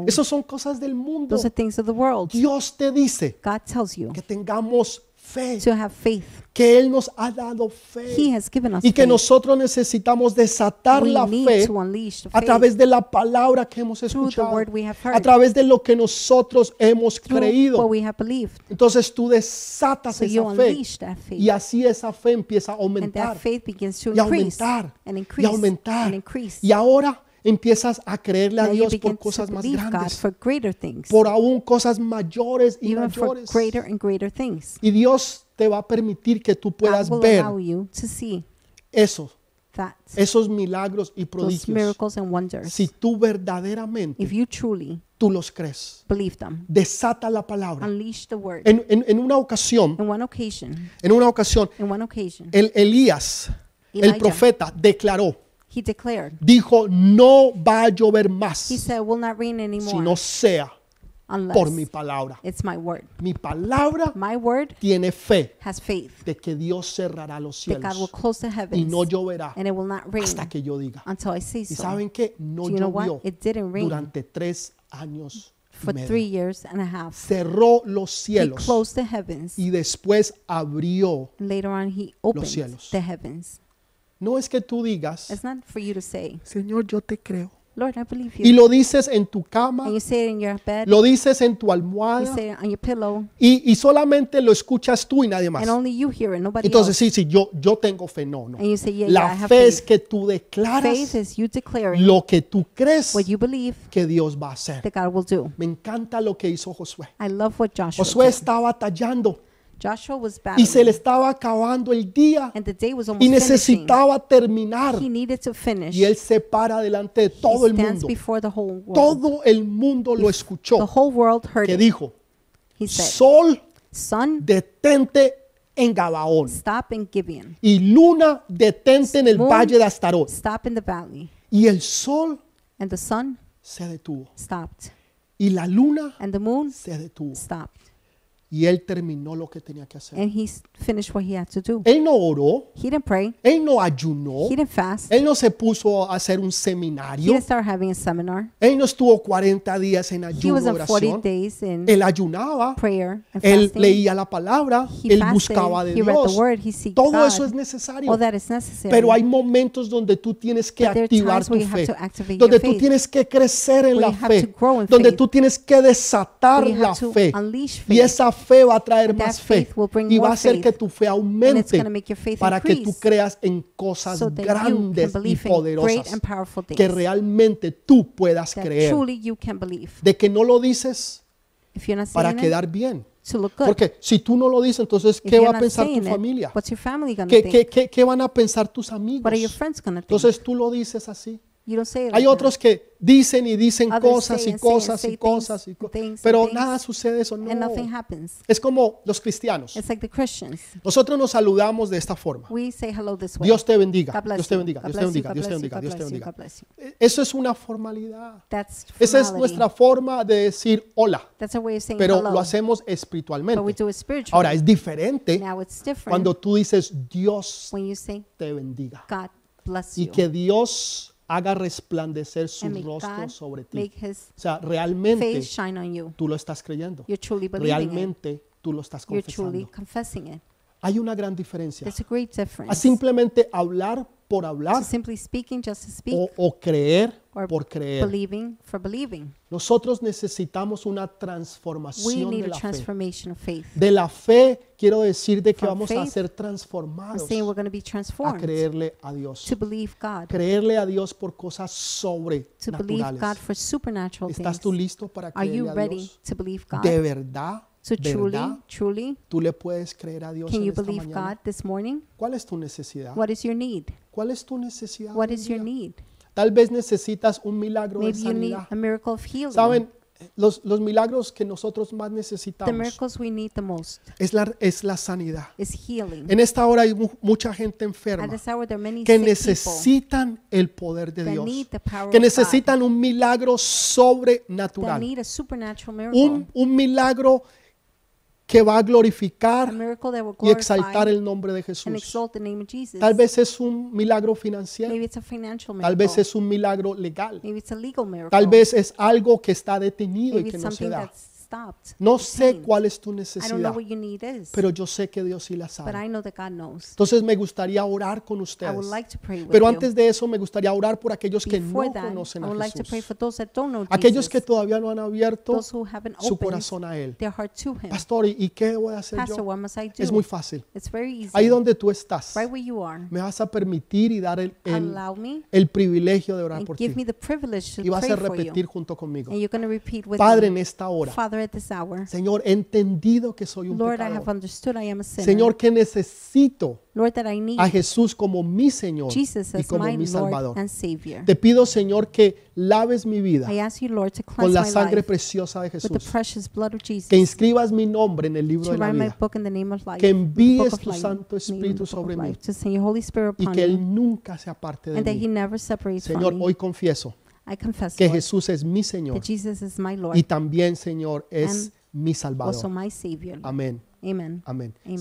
B: No.
A: Esas son cosas del mundo.
B: Those are things of the world.
A: Dios te dice
B: God tells you
A: que tengamos fe,
B: to have faith.
A: que Él nos ha dado
B: He
A: fe
B: has given us
A: y que
B: faith.
A: nosotros necesitamos desatar
B: we
A: la
B: need
A: fe
B: to unleash the
A: a
B: faith
A: través de la palabra que hemos
B: through the
A: escuchado,
B: word we have
A: a
B: heard,
A: través de lo que nosotros hemos
B: through what
A: creído.
B: we have believed.
A: Entonces tú desatas
B: So you
A: esa fe
B: unleash that faith.
A: y así esa fe empieza a
B: and
A: aumentar
B: that faith begins to
A: y a
B: increase
A: aumentar
B: and
A: y
B: increase
A: a aumentar.
B: and increase.
A: Y ahora empiezas a creerle a
B: Now you
A: Dios por
B: begin to
A: cosas más
B: believe God
A: grandes,
B: for greater things,
A: por aún cosas mayores y
B: even for
A: mayores.
B: greater and greater things.
A: Y Dios te va a permitir que tú
B: God
A: puedas
B: will
A: ver
B: allow you to see
A: eso,
B: that
A: esos milagros y
B: those
A: prodigios,
B: miracles and wonders
A: si tú verdaderamente
B: if you truly
A: tú los crees.
B: believe them.
A: Desata la palabra.
B: Unleash the word.
A: En, en- en una ocasión,
B: In one occasion,
A: en una ocasión,
B: in one occasion,
A: el Elías, el
B: Elijah.
A: profeta, declaró,
B: he declared,
A: dijo, no va a llover
B: he
A: más,
B: said, "It will not rain
A: si no
B: anymore
A: sea por mi
B: unless
A: palabra.
B: it's my word.
A: Mi palabra
B: My word
A: tiene fe
B: has faith
A: de que Dios cerrará los
B: that God will
A: cielos
B: close the
A: y
B: heavens
A: no lloverá
B: and it will not rain
A: hasta que yo diga.
B: until I say
A: ¿Y
B: so."
A: saben qué? No
B: Do you know what?
A: llovió
B: It didn't rain
A: durante tres años y
B: for
A: medio.
B: three years and a half.
A: Cerró los
B: He
A: cielos
B: closed the heavens.
A: y después abrió.
B: And later on, he opened
A: cielos.
B: the heavens.
A: No es que tú digas,
B: It's not for you to say,
A: Señor, yo te creo.
B: Lord, I believe
A: Y
B: you.
A: lo dices en tu cama,
B: And you say it in your bed,
A: lo dices en tu
B: you
A: almohada
B: say it on your pillow,
A: y, y solamente lo escuchas tú y nadie más.
B: and only you hear it, nobody
A: Entonces,
B: else.
A: sí, sí, yo, yo tengo fe. No, no.
B: And you say, yeah, yeah, I
A: La
B: have
A: fe es
B: faith.
A: que tú
B: Faith
A: declaras
B: is you declaring
A: lo que tú crees
B: what you believe
A: que Dios va a hacer.
B: that God will do.
A: Me encanta lo que hizo Josué.
B: I love what Joshua
A: Josué
B: did.
A: estaba batallando
B: Joshua was
A: y se le
B: battling,
A: estaba acabando el día
B: and the day was
A: y
B: almost finishing.
A: necesitaba terminar.
B: He needed to finish.
A: Y él se para delante de todo
B: he
A: el
B: stands
A: mundo.
B: before the whole world.
A: Todo el mundo lo
B: The
A: escuchó.
B: whole world heard
A: Que
B: it.
A: dijo,
B: He said,
A: Sol,
B: Son,
A: detente en Gabaón.
B: stop in Gibeon.
A: Y luna, detente en el
B: Moon.
A: valle de Astarot.
B: Stop in the valley.
A: Y el sol
B: And the sun
A: se detuvo.
B: stopped.
A: Y la luna
B: And the moon
A: se detuvo.
B: stopped.
A: Y él terminó lo que tenía que hacer.
B: And he s- finished what he had to do.
A: Él no oró,
B: He didn't pray.
A: él no ayunó,
B: He didn't fast.
A: él no se puso a hacer un
B: He
A: seminario,
B: didn't start having a seminar.
A: él no estuvo 40 días en
B: He
A: ayuno
B: was
A: y
B: on 40
A: oración.
B: days in
A: Él ayunaba,
B: prayer and
A: él
B: fasting.
A: leía la palabra,
B: He
A: él buscaba
B: fasted.
A: de
B: He read the
A: Dios.
B: word. He seeked
A: Todo eso es
B: God.
A: necesario.
B: All that is necessary.
A: Pero hay momentos donde tú tienes que
B: But there are
A: activar
B: times
A: tu
B: where you have
A: fe,
B: to activate your
A: donde tú
B: faith,
A: tienes que crecer en
B: where
A: la
B: you have
A: fe,
B: to grow in
A: donde
B: faith,
A: tú tienes que desatar
B: where you
A: la
B: have to
A: fe.
B: unleash
A: Y
B: faith,
A: esa fe va a traer
B: and that
A: más fe
B: faith will bring
A: y va a
B: more
A: hacer
B: faith,
A: que tu fe aumente
B: gonna make your faith
A: para que tú
B: increase,
A: creas en cosas
B: so that you can
A: grandes y
B: believe in great
A: poderosas
B: and powerful things.
A: que realmente tú puedas
B: That
A: creer.
B: truly you can believe.
A: De que no lo dices
B: If you're not
A: para
B: saying it,
A: quedar bien.
B: to look good.
A: Porque si tú no lo dices, entonces
B: If
A: ¿qué
B: you're
A: va a
B: not
A: pensar tu
B: saying it,
A: familia?
B: What's your family gonna
A: ¿Qué,
B: think?
A: qué, qué- qué van a pensar tus amigos?
B: What are your friends gonna think?
A: Entonces tú lo dices así.
B: you don't say it.
A: Hay
B: like that.
A: otros que dicen y dicen
B: Others
A: cosas
B: say
A: y
B: and say and
A: cosas
B: say
A: y
B: things
A: cosas y
B: and
A: co-
B: things and
A: Pero
B: things,
A: nada sucede eso,
B: and
A: no.
B: nothing happens.
A: Es como los cristianos.
B: It's like the Christians.
A: Nosotros nos saludamos de esta forma.
B: We say hello this way.
A: Dios te bendiga,
B: God bless
A: Dios te
B: you.
A: bendiga,
B: God
A: Dios te
B: bless you.
A: bendiga,
B: God
A: Dios te
B: bless you.
A: bendiga,
B: God
A: Dios te
B: bless you.
A: bendiga.
B: God bless you.
A: E- Eso es una formalidad.
B: That's
A: Esa es
B: formality.
A: nuestra forma de decir hola,
B: That's a way of saying
A: pero
B: hello.
A: lo hacemos
B: but we
A: espiritualmente.
B: do it spiritually.
A: Ahora es diferente
B: now it's different
A: cuando tú dices Dios
B: when you say
A: te bendiga
B: God bless
A: y
B: you
A: que Dios haga resplandecer su
B: and make
A: rostro
B: God
A: sobre ti.
B: make His
A: O sea, realmente
B: face shine on you.
A: tú lo estás creyendo.
B: You're truly believing it.
A: Realmente tú lo estás
B: You're truly
A: confesando.
B: confessing it.
A: Hay una gran diferencia.
B: There's a great difference.
A: A simplemente hablar por
B: to
A: hablar
B: simply speaking just to speak,
A: ah. o, eh, o creer
B: or
A: por creer.
B: believing for believing.
A: Nosotros necesitamos una
B: We
A: transformación
B: need
A: de
B: a
A: la fe.
B: transformation of faith.
A: De la fe quiero decir de que
B: From
A: vamos a
B: faith,
A: ser
B: I'm
A: transformados
B: saying we're going to be
A: a
B: transformed
A: creerle a Dios.
B: to believe God,
A: Creerle a Dios por cosas
B: to believe God
A: sobrenaturales.
B: for supernatural
A: ¿Estás tú
B: things.
A: listo para
B: Are
A: creerle
B: you
A: a
B: ready
A: Dios?
B: to believe
A: De
B: God?
A: verdad,
B: So truly,
A: verdad,
B: truly,
A: tú le puedes creer a Dios
B: can
A: en
B: you
A: esta
B: believe
A: mañana.
B: God this morning?
A: ¿Cuál es tu necesidad?
B: What is your need?
A: ¿Cuál es tu necesidad?
B: What
A: hoy
B: is your
A: día?
B: need?
A: Tal vez necesitas un milagro de
B: Maybe you need
A: sanidad.
B: a miracle of healing.
A: Saben, los, los milagros que nosotros más
B: The
A: necesitamos
B: miracles we need the most
A: es la, es la sanidad.
B: is healing.
A: En esta hora hay mu- mucha gente
B: At
A: enferma
B: this hour, there are many
A: que
B: sick people
A: necesitan el poder de
B: that
A: Dios,
B: need the power
A: que
B: of God.
A: necesitan un milagro
B: that
A: sobrenatural,
B: need a supernatural miracle.
A: un, un milagro que va a
B: a
A: glorificar
B: miracle that will
A: y
B: glorify
A: exaltar el nombre de
B: and
A: Jesús.
B: exalt the name of Jesus.
A: Tal vez es un milagro financiero,
B: Maybe it's a financial miracle.
A: tal vez es un milagro legal.
B: Maybe it's a legal miracle.
A: Tal vez es algo que está detenido y
B: Maybe
A: que
B: it's
A: no se
B: something
A: da.
B: that's stopped.
A: No
B: It's
A: sé
B: pain.
A: cuál es tu
B: I don't know
A: necesidad,
B: what your need is,
A: pero yo sé que Dios sí la
B: but
A: sabe.
B: I know that God knows.
A: Entonces me gustaría orar con
B: I
A: ustedes.
B: would like to pray with
A: Pero
B: you.
A: antes de eso me gustaría orar por aquellos que no
B: Before that,
A: conocen
B: I
A: a
B: would like to pray for
A: Jesús.
B: those that don't know
A: Aquellos que
B: Jesus,
A: todavía no han abierto
B: those who haven't
A: su
B: opened
A: corazón a Él.
B: their heart to Him.
A: Pastor, ¿y y qué voy a hacer
B: Pastor,
A: yo?
B: what must I do?
A: Es muy fácil.
B: It's very easy.
A: Ahí donde tú estás,
B: right where you are,
A: me vas a permitir y dar el, el-
B: allow me
A: el privilegio de orar
B: and
A: por
B: give
A: ti.
B: me the privilege to
A: Y vas
B: pray
A: a
B: for
A: repetir
B: you.
A: junto conmigo.
B: And you're going to repeat with
A: Padre, en
B: me,
A: esta hora,
B: Father, at this hour,
A: Señor, he entendido que soy un
B: Lord, I have
A: pecador.
B: understood I am a sinner.
A: Señor, que necesito
B: Lord, that I need
A: a Jesús como mi Señor
B: Jesus
A: y
B: as
A: como
B: my
A: mi
B: Lord
A: Salvador.
B: and Savior.
A: Te pido, Señor, que laves mi vida
B: I ask you, Lord, to cleanse
A: con la
B: my
A: sangre
B: life
A: preciosa de
B: with the
A: Jesús.
B: precious blood of
A: Que
B: Jesus.
A: inscribas mi nombre en el libro
B: To
A: de la
B: write my
A: vida
B: book in the name of life.
A: que
B: the
A: envíes
B: book of
A: tu
B: life,
A: Santo
B: name in the
A: Espíritu
B: book of
A: sobre mí.
B: life, To send your Holy Spirit
A: y
B: upon
A: que
B: me.
A: Él nunca se aparte de
B: And that
A: mí.
B: He never separates
A: Señor,
B: from me.
A: hoy confieso
B: I confess,
A: que
B: Lord,
A: Jesús es mi Señor
B: that Jesus is my Lord.
A: y también, Señor, es mi
B: also
A: Salvador.
B: my Savior.
A: Amén,
B: Amen.
A: amén.
B: Amen.